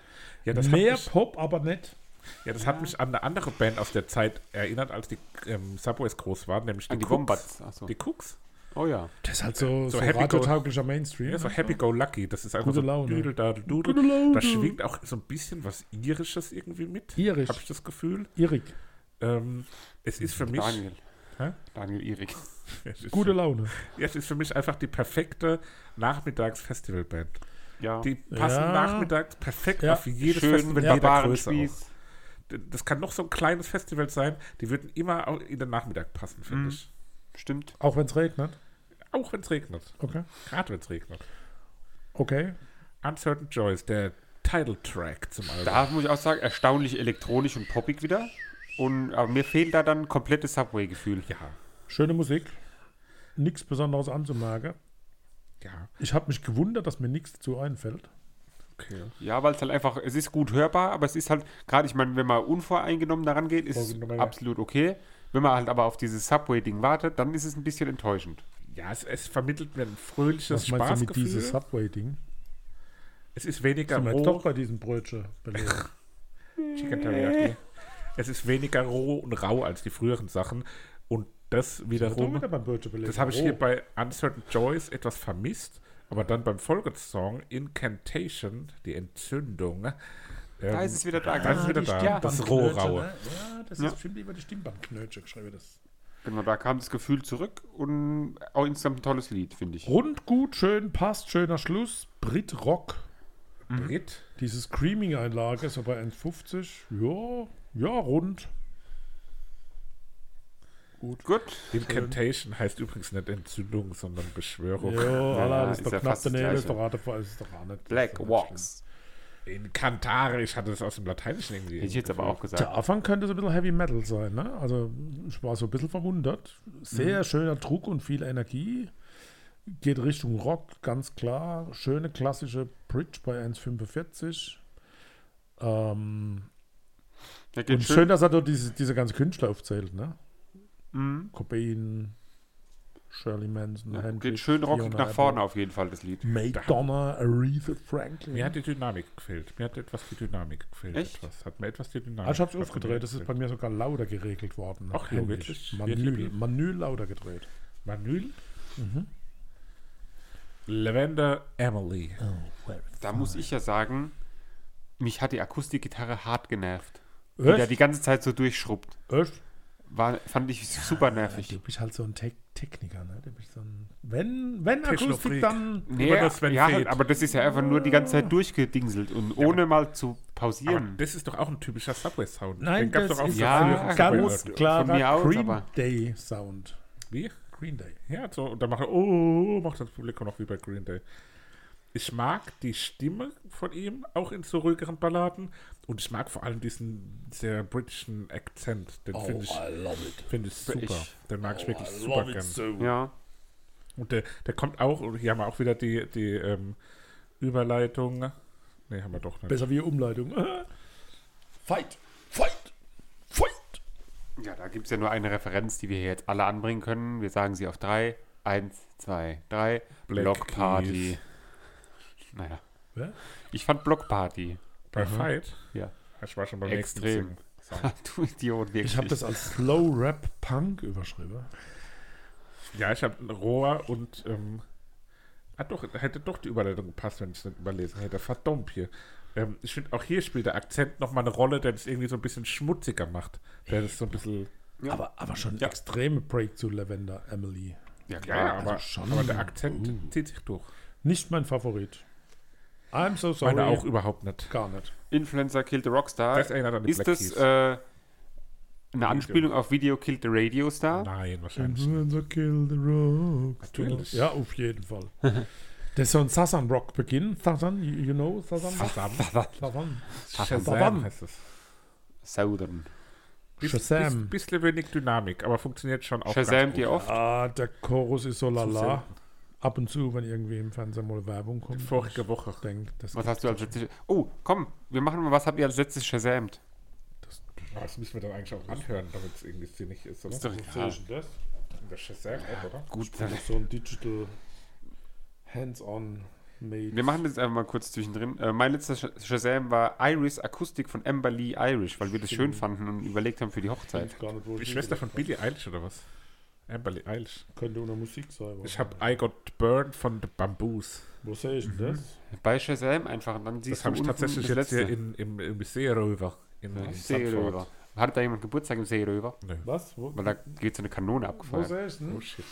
Ja, das,
Mehr
hat, mich,
Pop, aber nicht.
ja, das hat mich an eine andere Band aus der Zeit erinnert, als die ähm, Subways groß waren, nämlich die,
An die
Cooks.
Wombats. Achso.
Die Cooks.
Oh ja.
Das ist halt so, so,
happy go-
radiotauglicher Mainstream.
Ja, so Happy Go Lucky. Das ist einfach
Gute
so
Laune.
Doodle Daddle
Gute Laune.
Doodle. Da schwingt auch so ein bisschen was Irisches irgendwie mit.
Irisch.
Habe ich das Gefühl.
Irik.
Ähm, es ist für mich.
Daniel.
Hä?
Daniel Erik.
Es ist,
Gute Laune.
ja, es ist für mich einfach die perfekte Nachmittagsfestivalband.
Ja.
Die passen
Ja.
nachmittags perfekt
Ja.
auf jedes
Schön
Festival
mit
jeder
barbaren
Größe. Auf.
Spieß.
D- Das kann noch so ein kleines Festival sein, die würden immer au- in den Nachmittag passen, finde
Mhm.
ich.
Stimmt.
Auch wenn es regnet.
Auch wenn es regnet.
Okay.
Gerade wenn es regnet.
Okay.
Uncertain Joys, der Titeltrack zum Album.
Da muss ich auch sagen, erstaunlich elektronisch und poppig wieder. Und, aber mir fehlt da dann komplettes Subway-Gefühl.
Ja,
Schöne Musik. Nichts Besonderes anzumerken.
ja.
Ich habe mich gewundert, dass mir nichts dazu einfällt.
Okay.
Ja, weil es halt einfach, es ist gut hörbar, aber es ist halt, gerade ich meine, wenn man unvoreingenommen daran geht, ist es
Vorgenommen, ja.
absolut okay. Wenn man halt aber auf dieses Subway-Ding wartet, dann ist es ein bisschen enttäuschend.
Ja, es, es vermittelt mir ein fröhliches
Was meinst du mit
Spaßgefühl.
diesem Subway-Ding?
Es ist weniger
Sind wir jetzt doch
roh.
bei diesem Brötchen belegt.
Chicken Teriyaki. Es ist weniger roh und rau als die früheren Sachen. Und das
Doch
wiederum,
wieder beim Brötchen belegt.
das habe ich
Oh.
hier bei Uncertain Joys etwas vermisst. Aber dann beim Folgesong Incantation, die Entzündung,
Da
ähm,
ist es wieder da.
da ist es wieder da. Das Rohraue.
Ne? Ja, das
Ja.
ist bestimmt über die Stimmbandknötsche, schreibe das.
Genau, da kam das Gefühl zurück und auch insgesamt ein tolles Lied, finde ich.
Rund, gut, schön, passt, schöner Schluss. Brit Rock.
Brit.
Diese Screaming-Einlage ist aber 1,50. Ja, ja, rund.
Gut.
Incantation heißt übrigens nicht Entzündung, sondern Beschwörung.
Ja, Alter, das
ist
ist doch
ja
knapp
fast das
daneben. Ist
Gleiche.
doch hart, ist doch auch nicht.
Black
ist doch nicht
Walks.
Incantare, ich hatte das aus dem Lateinischen irgendwie.
Hätte ich jetzt aber auch gesagt.
Der Anfang könnte so ein bisschen Heavy Metal sein, ne? Also ich war so ein bisschen verwundert.
Mhm.
Sehr schöner Druck und viel Energie. Geht Richtung Rock, ganz klar. Schöne klassische Bridge bei 1,45. Ähm,
Da
und schön,
geht schön,
dass er dort diese, diese ganzen Künstler aufzählt, ne?
Mhm.
Cobain, Shirley Manson,
geht schön rockig nach vorne auf jeden Fall, das Lied.
Madonna, Aretha Franklin.
Mir hat die Dynamik gefehlt. Mir hat etwas die Dynamik gefehlt.
Echt?
Etwas. Hat mir etwas die Dynamik
Ah, ich hab's
hat mir
aufgedreht, das ist
gefehlt.
bei mir sogar lauter geregelt worden.
Ach ja,
Händisch.
wirklich?
Manül,
Wirklich?
Manül lauter gedreht.
Manül. Lavender Emily.
Da muss ich ja sagen, mich hat die Akustikgitarre hart genervt. Die
Echt?
da die ganze Zeit so durchschrubbt.
Echt?
War, fand ich super nervig.
Du bist halt so ein Tech- Techniker, ne? Du bist so ein wenn, wenn Akustik,
Technofreak.
dann
Nee,
Immer nur Sven
ja,
Feth.
aber das ist ja einfach nur die ganze
Ah.
Zeit durchgedingselt und ohne mal zu
Aber
pausieren.
das ist doch auch ein typischer Subway-Sound.
Nein,
gab's
das
doch auch
ist
so
Ja,
früher
ein
im
ganz
Subway.
Von mir
klarer
aus,
Green
aber-
Day Sound.
Wie?
Green Day.
Ja, so, und dann macht er, oh, macht das Publikum noch wie bei Green Day. Ich mag die Stimme von ihm, auch in so ruhigeren Balladen. Und ich mag vor allem diesen sehr britischen Akzent. Den finde ich,
Oh, love it. Oh,
find ich super.
Ich-
den mag ich wirklich super gern.
Ja.
Und der, der kommt auch, und hier haben wir auch wieder die, die ähm, Überleitung. Nee, haben wir doch nicht.
Besser wie Umleitung. Fight! Fight! Fight!
ja, da gibt es ja nur eine Referenz, die wir hier jetzt alle anbringen können. Wir sagen sie auf drei. Eins, zwei, drei.
Black
Block
Keys.
Party. Naja.
Wer?
Ich fand Block Party.
Bei Fight?
Ja.
Ich war schon beim
Extrem.
nächsten Song.
du Idiot, wirklich.
Ich habe das als Slow Rap Punk überschrieben.
Ja, ich habe Rohr und ähm, hat doch, hätte doch die Überleitung gepasst, wenn ich es nicht überlesen hätte. Verdammt hier. Ähm, ich finde, auch hier spielt der Akzent nochmal eine Rolle, der das irgendwie so ein bisschen schmutziger macht. Der das so ein bisschen.
Aber, aber schon extreme Break zu Lavender Emily.
ja,
Ja,
klar.
ja aber,
schon.
aber der Akzent zieht sich durch.
Nicht mein Favorit. I'm so sorry.
Meine auch überhaupt nicht.
Gar nicht.
Influencer Killed the Rockstar.
Das erinnert an die
Ist
Black
das
Keys.
äh, eine Anspielung auf Video Killed the Radio Star?
Nein, wahrscheinlich.
Mhm. Kill the Rocks.
Natürlich.
Ja, auf jeden Fall. das ist so ein Southern-Rock-Beginn. Southern, you you know, Southern. Southern.
Shazam heißt es.
Southern.
Bis,
Shazam.
Bis, bisschen wenig Dynamik, aber funktioniert schon auch.
Shazam
ganz
dir
gut.
oft.
Ah, der Chorus ist so lala.
selten.
Ab und zu, wenn irgendwie im Fernsehen mal Werbung kommt.
Vorige Woche.
Ich denke, das
Was hast du als letztes? Oh, komm, wir machen mal, was habt ihr als letztes Shazamt?
Ah, Das müssen wir dann eigentlich auch anhören, damit es irgendwie sinnig ist. Oder?
Ist doch egal.
das?
In der Shazam-App, oder?
Gut,
So ein Digital Hands-on Made.
wir machen das jetzt einfach mal kurz zwischendrin. Äh, mein letzter Sh- Shazam war Iris Akustik von Amber Lee Irish, weil wir das schön fanden und überlegt haben für die Hochzeit.
gar nicht, wo
Die
ich
Schwester von Billie Eilish oder was? Amberly Eilish.
könnte unter Musik sein. aber-
Ich habe I Got Burned von The Bamboos.
Wo sehe ich denn das?
Bei Shazam einfach und dann siehst
Das habe ich
unten
tatsächlich
das
jetzt
letzte.
hier in, im, im Seeröver. In, in
Seeröver.
Sandford.
Hatte da jemand Geburtstag im Seeröver?
Was? Wo,
Weil da geht so eine Kanone
wo
abgefeuert.
sehe ich denn?
Oh shit.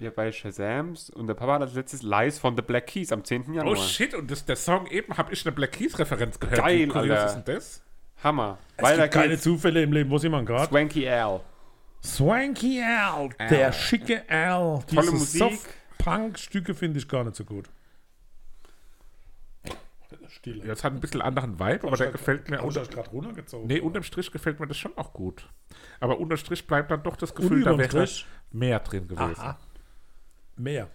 Ja, bei Shazams und der Papa hat als letztes Lies von The Black Keys am 10. Januar.
Oh shit, und das, der Song eben habe ich eine Black Keys-Referenz gehört.
Geil,
Wie kurios
Alter.
ist denn das?
Hammer.
Es
Weiter
gibt keine
geht's.
Zufälle im Leben. Wo sind wir gerade?
Swanky L.
Swanky Al, der schicke Al.
Tolle Musik.
Soft-Punk-Stücke finde ich gar nicht so gut. Stille.
Ja, es hat ein bisschen anderen Vibe, aber der gefällt mir.
Außer
Unter,
ist gerade runtergezogen.
nee, unterm Strich gefällt mir das schon auch gut. Aber unterm Strich bleibt dann doch das Gefühl,
Und
da
überm
wäre
Strich?
mehr drin gewesen.
Aha. Mehr.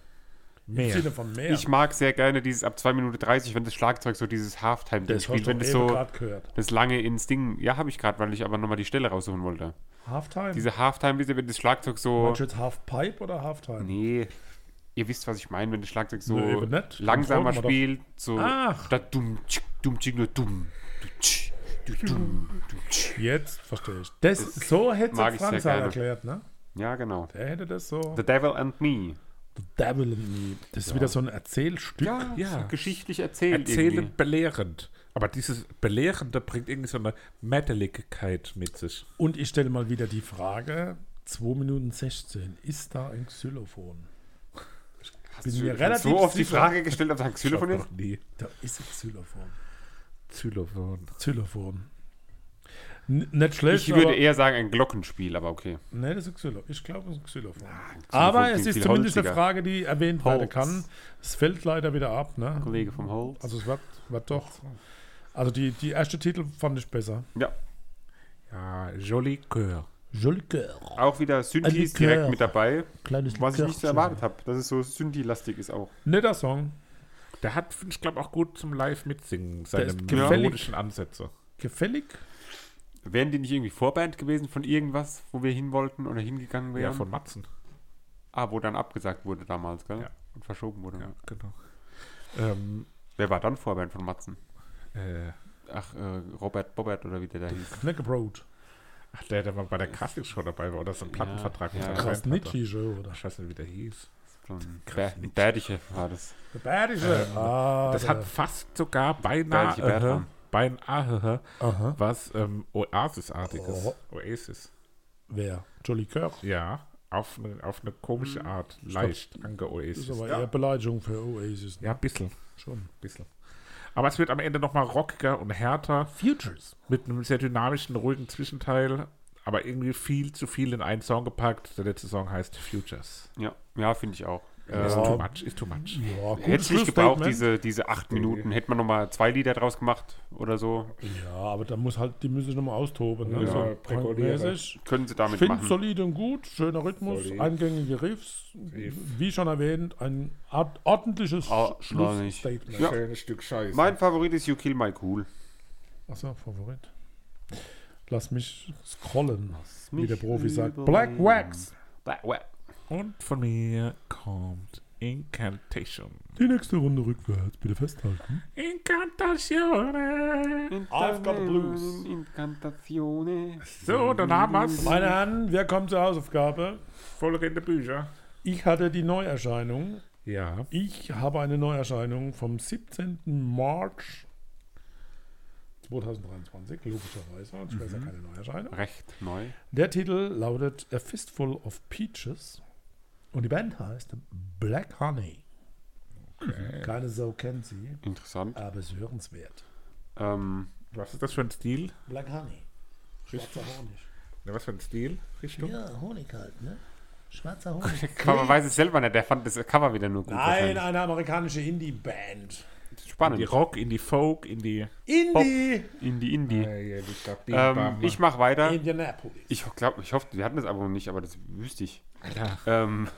Im
Mehr.
Sinne von mehr.
Ich mag sehr gerne dieses ab 2 Minuten 30, wenn das Schlagzeug so dieses Halftime-Ding
das hast
spielt,
du
wenn das
eben
so
gerade gehört.
das lange ins Ding. Ja, habe ich gerade, weil ich aber nochmal die Stelle raussuchen
Hm.
wollte.
Halftime?
Diese Halftime, wenn das Schlagzeug so.
Meinst du jetzt Halfpipe oder Halftime?
Nee. Ihr wisst, was ich meine, wenn das Schlagzeug so
Nö, eben nicht.
langsamer
Dann folgen wir
spielt, so
Ach.
statt dumm, tsch, dumm, tsch, nur dumm, dumm, tsch, du,
Hm.
dumm, dumm, tsch.
Jetzt verstehe ich. Das, so hätte
mag
es
ich sehr
Franz
gerne.
erklärt, ne?
Ja, genau.
Der hätte das so.
The Devil and Me.
Devil in Me. Das ist wieder so ein Erzählstück.
Ja.
so geschichtlich erzählt
Erzählen
irgendwie.
belehrend. Aber dieses Belehrende bringt irgendwie so eine Mädeligkeit mit sich.
Und ich stelle mal wieder die Frage: 2 Minuten 16. Ist da ein Xylophon?
Hast
bin
du
mir
schon
relativ
so oft die
sicher.
Frage gestellt, ob das ein Xylophon ist?
Noch nie.
Da ist ein Xylophon.
Xylophon.
Xylophon. N nicht schlecht,
Ich würde eh-
aber,
eher sagen, ein Glockenspiel, aber okay.
Nee, das ist ein Xylophon. Ich glaube, es ist ein Xylophon.
Xylophon
aber es
klingt
ist
viel
zumindest eine
holziger.
Frage, die erwähnt werden
Holz.
kann. Es fällt leider wieder ab, ne?
Kollege vom Holz.
Also es wird, wird doch. Also die, die erste Titel fand ich besser.
ja,
Ja, Joli Coeur.
Jolker.
auch wieder Synthes
Likör.
direkt mit dabei,
Kleines
was ich nicht so
Likörchen.
erwartet habe, dass es so Synthi-lastig ist auch.
Netter Song.
Der hat, finde ich, glaube auch gut zum Live-Mitsingen seine
ist gefällig.
melodischen Ansätze.
Gefällig.
Wären die nicht irgendwie Vorband gewesen von irgendwas, wo wir hin wollten oder hingegangen wären?
Ja, von Matzen.
Ah, wo dann abgesagt wurde damals, gell?
Ja.
Und verschoben wurde.
Ja, genau. Ähm,
Wer war dann Vorband von Matzen?
äh,
Ach, äh, Robert Bobert oder wie der da hieß.
Knack Road.
ach, der, der mal bei der Grafikshow dabei war oder so einen Plattenvertrag mit
ja.
seiner
Krass,
Band hatte.
Nietzsche oder?
Ich weiß nicht, wie der hiez.
So ein Bär- ein Bärdiche war das.
Der Badische. ah,
Das
der-
hat fast sogar
Bernd-
beinahe, äh,
Bertram.
beinahe äh,
Aha.
was ähm, Oasis-artiges.
Ah. Oh.
Oasis.
Wer? Jolly Kirk.
Ja, auf eine auf ne komische Art. Leicht
Das Hm. ist
ange-Oasis.
aber eher Beleidigung für Oasis. ne?
Ja, bissl,
Schon.
bissl. Aber es wird am Ende nochmal rockiger und härter
Futures.
mit einem sehr dynamischen, ruhigen Zwischenteil. Aber irgendwie viel zu viel in einen Song gepackt. Der letzte Song heißt Futures.
Ja, ja finde ich auch.
Ist
Ja.
too much, ist too much.
Ja,
Hätte
gutes
es nicht gebraucht,
Schlussstatement.
diese, diese acht Minuten. Hätte man nochmal zwei Lieder draus gemacht oder so.
Ja, aber da muss halt, die müssen sich nochmal austoben. Ne?
Ja,
so
prekordierer.
punkmäßig.
Können sie damit
Find
machen.
solide und gut, schöner Rhythmus,
Solid.
eingängige Riffs. Wie schon erwähnt, ein art- ordentliches
Ah,
Sch-
noch nicht.
Schlussstatement.
Ja.
Schönes Stück Scheiße.
Mein Favorit ist You Kill My Cool.
Achso, Favorit. Lass mich scrollen, wie
mich
der Profi sagt. Black
überlegen.
Wax.
Bah, wah.
Und von mir kommt Incantation.
Die nächste Runde rückwärts, bitte festhalten.
Incantation.
I've got the blues.
Incantazione.
So, dann haben wir's.
Meine Herren, wir kommen zur Hausaufgabe.
Folge in der Bücher.
Ich hatte die Neuerscheinung.
Ja.
Ich habe eine Neuerscheinung vom 17. März 2023, logischerweise. Und ich weiß ja keine Neuerscheinung.
Recht neu.
Der Titel lautet A Fistful of Peaches und die Band heißt Black Honey. Keine Sau kennt sie,
Interessant.
aber es ist hörenswert.
Ähm,
Was ist das für ein Stil?
Black Honey. Schwarzer Honig.
Na, was für ein Stil? Richtung?
Ja, Honig halt, ne? Schwarzer Honig.
aber man weiß es selber nicht. Der fand das Cover wieder nur gut.
Nein, eine amerikanische Indie-Band.
wahrscheinlich.
In die
Spannend.
Rock, in die Folk, in die.
Indie!
In die Indie.
Ähm,
Ähm, ich mach weiter.
Indianapolis.
Ich glaube, ich hoffe, wir hatten das Album nicht, aber das wüsste ich.
Alter.
Ähm,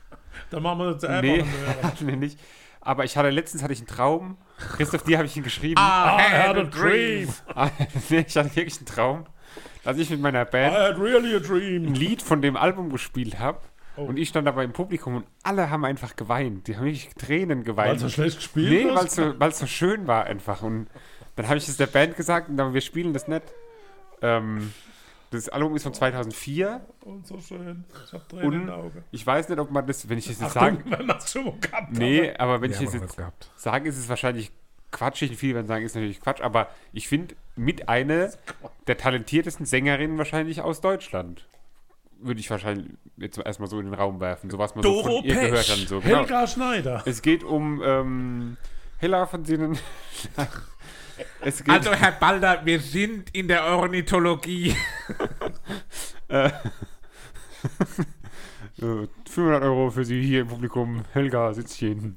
Dann machen wir das einfach
nee,
und hören.
hatten wir nicht. Aber ich hatte letztens hatte ich einen Traum. Christoph, dir habe ich ihn geschrieben.
I had a dream.
Ah, nee, ich hatte wirklich einen Traum, dass ich mit meiner
I
Band
had really a
ein
dream.
Lied von dem Album gespielt habe.
Oh.
Und ich stand dabei im Publikum und alle haben einfach geweint. Die haben wirklich Tränen
Weil
geweint.
so schlecht gespielt
nee,
hast?
weil es so, weil's so schön war einfach. Und dann habe ich es der Band gesagt und dann, wir spielen das nicht. Ähm, das Album ist von 2004
Und so schön. Ich hab Tränen in den
und
Augen.
ich weiß nicht, ob man das, wenn ich das jetzt sage,
Achtung, wenn das schon mal gehabt
Nee, aber wenn ich es
haben wir das
jetzt
gehabt.
sage, ist es wahrscheinlich quatschig. Und viele werden sagen, ist natürlich Quatsch. Aber ich finde, mit einer der talentiertesten Sängerinnen wahrscheinlich aus Deutschland. Würde ich wahrscheinlich jetzt erstmal so in den Raum werfen. So was man so von ihr gehört hat. und So. Genau.
Helga Schneider.
Es geht um ähm, Hella von denen. es geht
Also, Herr Balder, wir sind in der Ornithologie.
äh, 500 Euro für sie hier im Publikum. Helga sitzt hier hinten.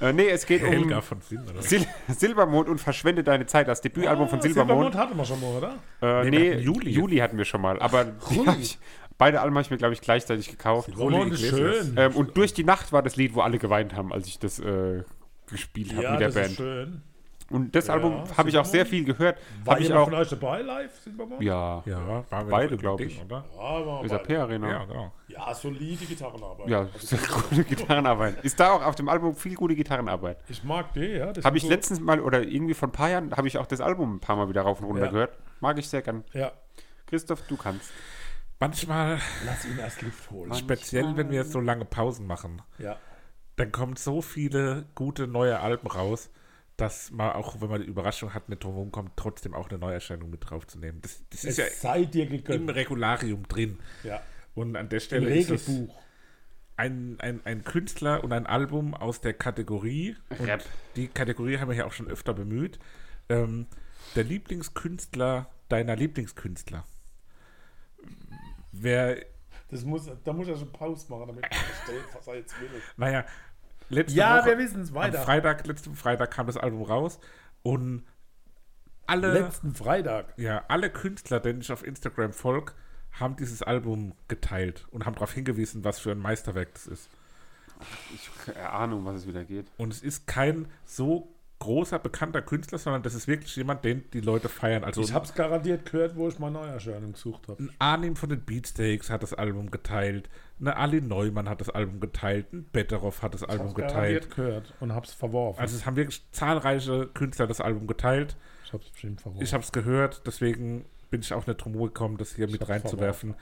Äh, nee, es geht
Helga
um
von Sinn, oder?
Sil Silbermond und Verschwende deine Zeit. Das
Ah,
Debütalbum von Silbermond.
hatten wir schon mal, oder?
Äh,
Nee, wir
nee,
hatten Juli.
Juli. hatten wir schon mal, aber die hab ich, Beide Alben habe ich mir, glaube ich, gleichzeitig gekauft.
Roland ist schön.
Ähm, und durch die Nacht war das Lied, wo alle geweint haben, als ich das äh, gespielt habe
ja,
mit der
das ist
Band.
schön.
Und das Album habe ich
Simon.
auch sehr viel gehört.
War
Habe ich
jemand
auch.
von euch dabei live? Sind wir mal?
Ja,
Ja, waren wir
Beide,
doch im
glaub
Ding,
ich.
Oder?
war
SAP
mal.
Arena.
Ja, genau.
ja, solide Gitarrenarbeit.
Ja, sehr gute Gitarrenarbeit. Ist da auch auf dem Album viel gute Gitarrenarbeit.
Ich mag die, ja. das
Habe
ist
ich letztens mal oder irgendwie vor ein paar Jahren, habe ich auch das Album ein paar Mal wieder rauf und runter
Ja.
gehört. Mag ich sehr gern.
Ja,
Christoph, du kannst.
Manchmal,
lass ihn erst Luft holen.
speziell wenn wir so lange Pausen machen,
Ja.
dann kommen so viele gute neue Alben raus, dass man auch, wenn man die Überraschung hat, nicht drum rumkommt, trotzdem auch eine Neuerscheinung mit draufzunehmen. Das, das
Es
ist ja
sei dir
im
gegönnt.
Regularium drin.
Ja.
Und an der
Im
Stelle ist es
Regelbuch.
ein, ein, ein Künstler und ein Album aus der Kategorie. Und
Rap.
Die Kategorie haben wir ja auch schon öfter bemüht. Ähm, der Lieblingskünstler deiner Lieblingskünstler. Wer,
Das muss, da muss er schon Pause machen, damit ich verstehe, was er jetzt will.
naja, letzte
Ja,
Woche,
wir wissen's, weiter.
Am Freitag, letzten Freitag kam das Album raus und alle,
Letzten Freitag.
ja, alle Künstler, denen ich auf Instagram folge, haben dieses Album geteilt und haben darauf hingewiesen, was für ein Meisterwerk das ist.
Ich keine Ahnung, was es wieder geht.
Und es ist kein so großer, bekannter Künstler, sondern das ist wirklich jemand, den die Leute feiern. Also
Ich hab's garantiert gehört, wo ich meine Neuerscheinung gesucht habe.
ein Arnim von den Beatsteaks hat das Album geteilt, eine Ali Neumann hat das Album geteilt, ein Betteroff hat das Album geteilt.
gehört und hab's verworfen.
Also es haben wirklich zahlreiche Künstler das Album geteilt.
ich hab's bestimmt verworfen.
Ich habe es gehört, deswegen bin ich auch nicht drum gekommen, das hier mit
hab's
reinzuwerfen.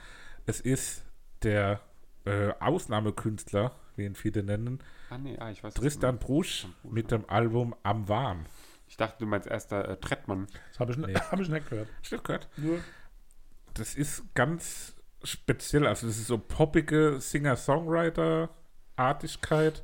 Es ist der äh, Ausnahmekünstler, wie ihn viele nennen,
Ah, nee, ah, ich weiß was du
Tristan
meinst.
Brusch mit dem Album Am Warm.
Ich dachte, du meinst erster äh, Trettmann.
das habe ich, ne- hab ich nicht gehört.
Hast du das gehört?
Nur
das ist ganz speziell. Also, das ist so poppige Singer-Songwriter-Artigkeit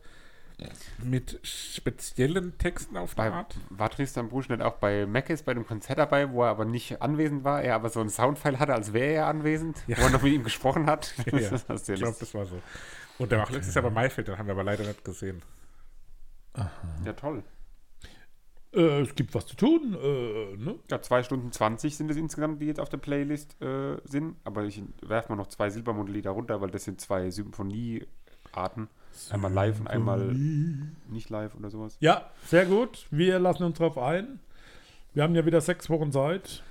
mit speziellen Texten auf
Bei,
der Art.
war Tristan Brusch nicht auch bei Mackes bei dem Konzert dabei, wo er aber nicht anwesend war, er aber so einen Soundfile hatte, als wäre er anwesend, wo er noch mit ihm gesprochen hat?
Ja,
Das ist sehr
ich glaube,
lustig.
das war so. Und der war auch letztes Jahr bei Maifeld, den haben wir aber leider nicht gesehen.
ja, toll.
äh, es gibt was zu tun. Äh, ne?
Ja, 2 Stunden 20 sind es insgesamt, die jetzt auf der Playlist äh, sind. Aber ich werfe mal noch zwei Silbermondlieder runter, weil das sind zwei Symphoniearten. Einmal live und einmal nicht live oder sowas.
Ja, sehr gut. Wir lassen uns drauf ein. Wir haben ja wieder sechs Wochen Zeit.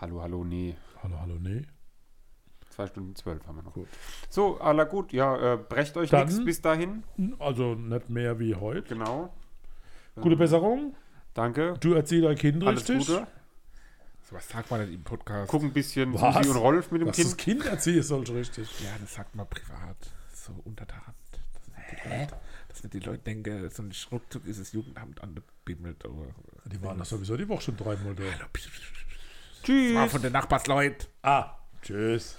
Hallo, hallo, nee.
Hallo, hallo, nee.
Zwei Stunden zwölf haben wir noch. So, à la gut. Ja, äh, brecht euch
Dann-
nichts bis dahin.
Also nicht mehr wie heute.
Genau.
Gute Besserung.
Danke.
Du erziehst dein Kind
Alles
richtig.
Gute.
So was sagt man denn im Podcast?
Guck ein bisschen
Was?
Susi und Rolf mit dem
Dass das
Kind.
Kind erziehen sollst, richtig.
Ja, das sagt man privat. So unter der Hand. Das sind die Leute, dass nicht die Leute denken, so ein Schruckzug ist das Jugendamt angebimmelt. Aber
Die waren doch sowieso die Woche schon dreimal da.
Das war von den Nachbarsleuten.
Ah, tschüss.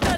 Da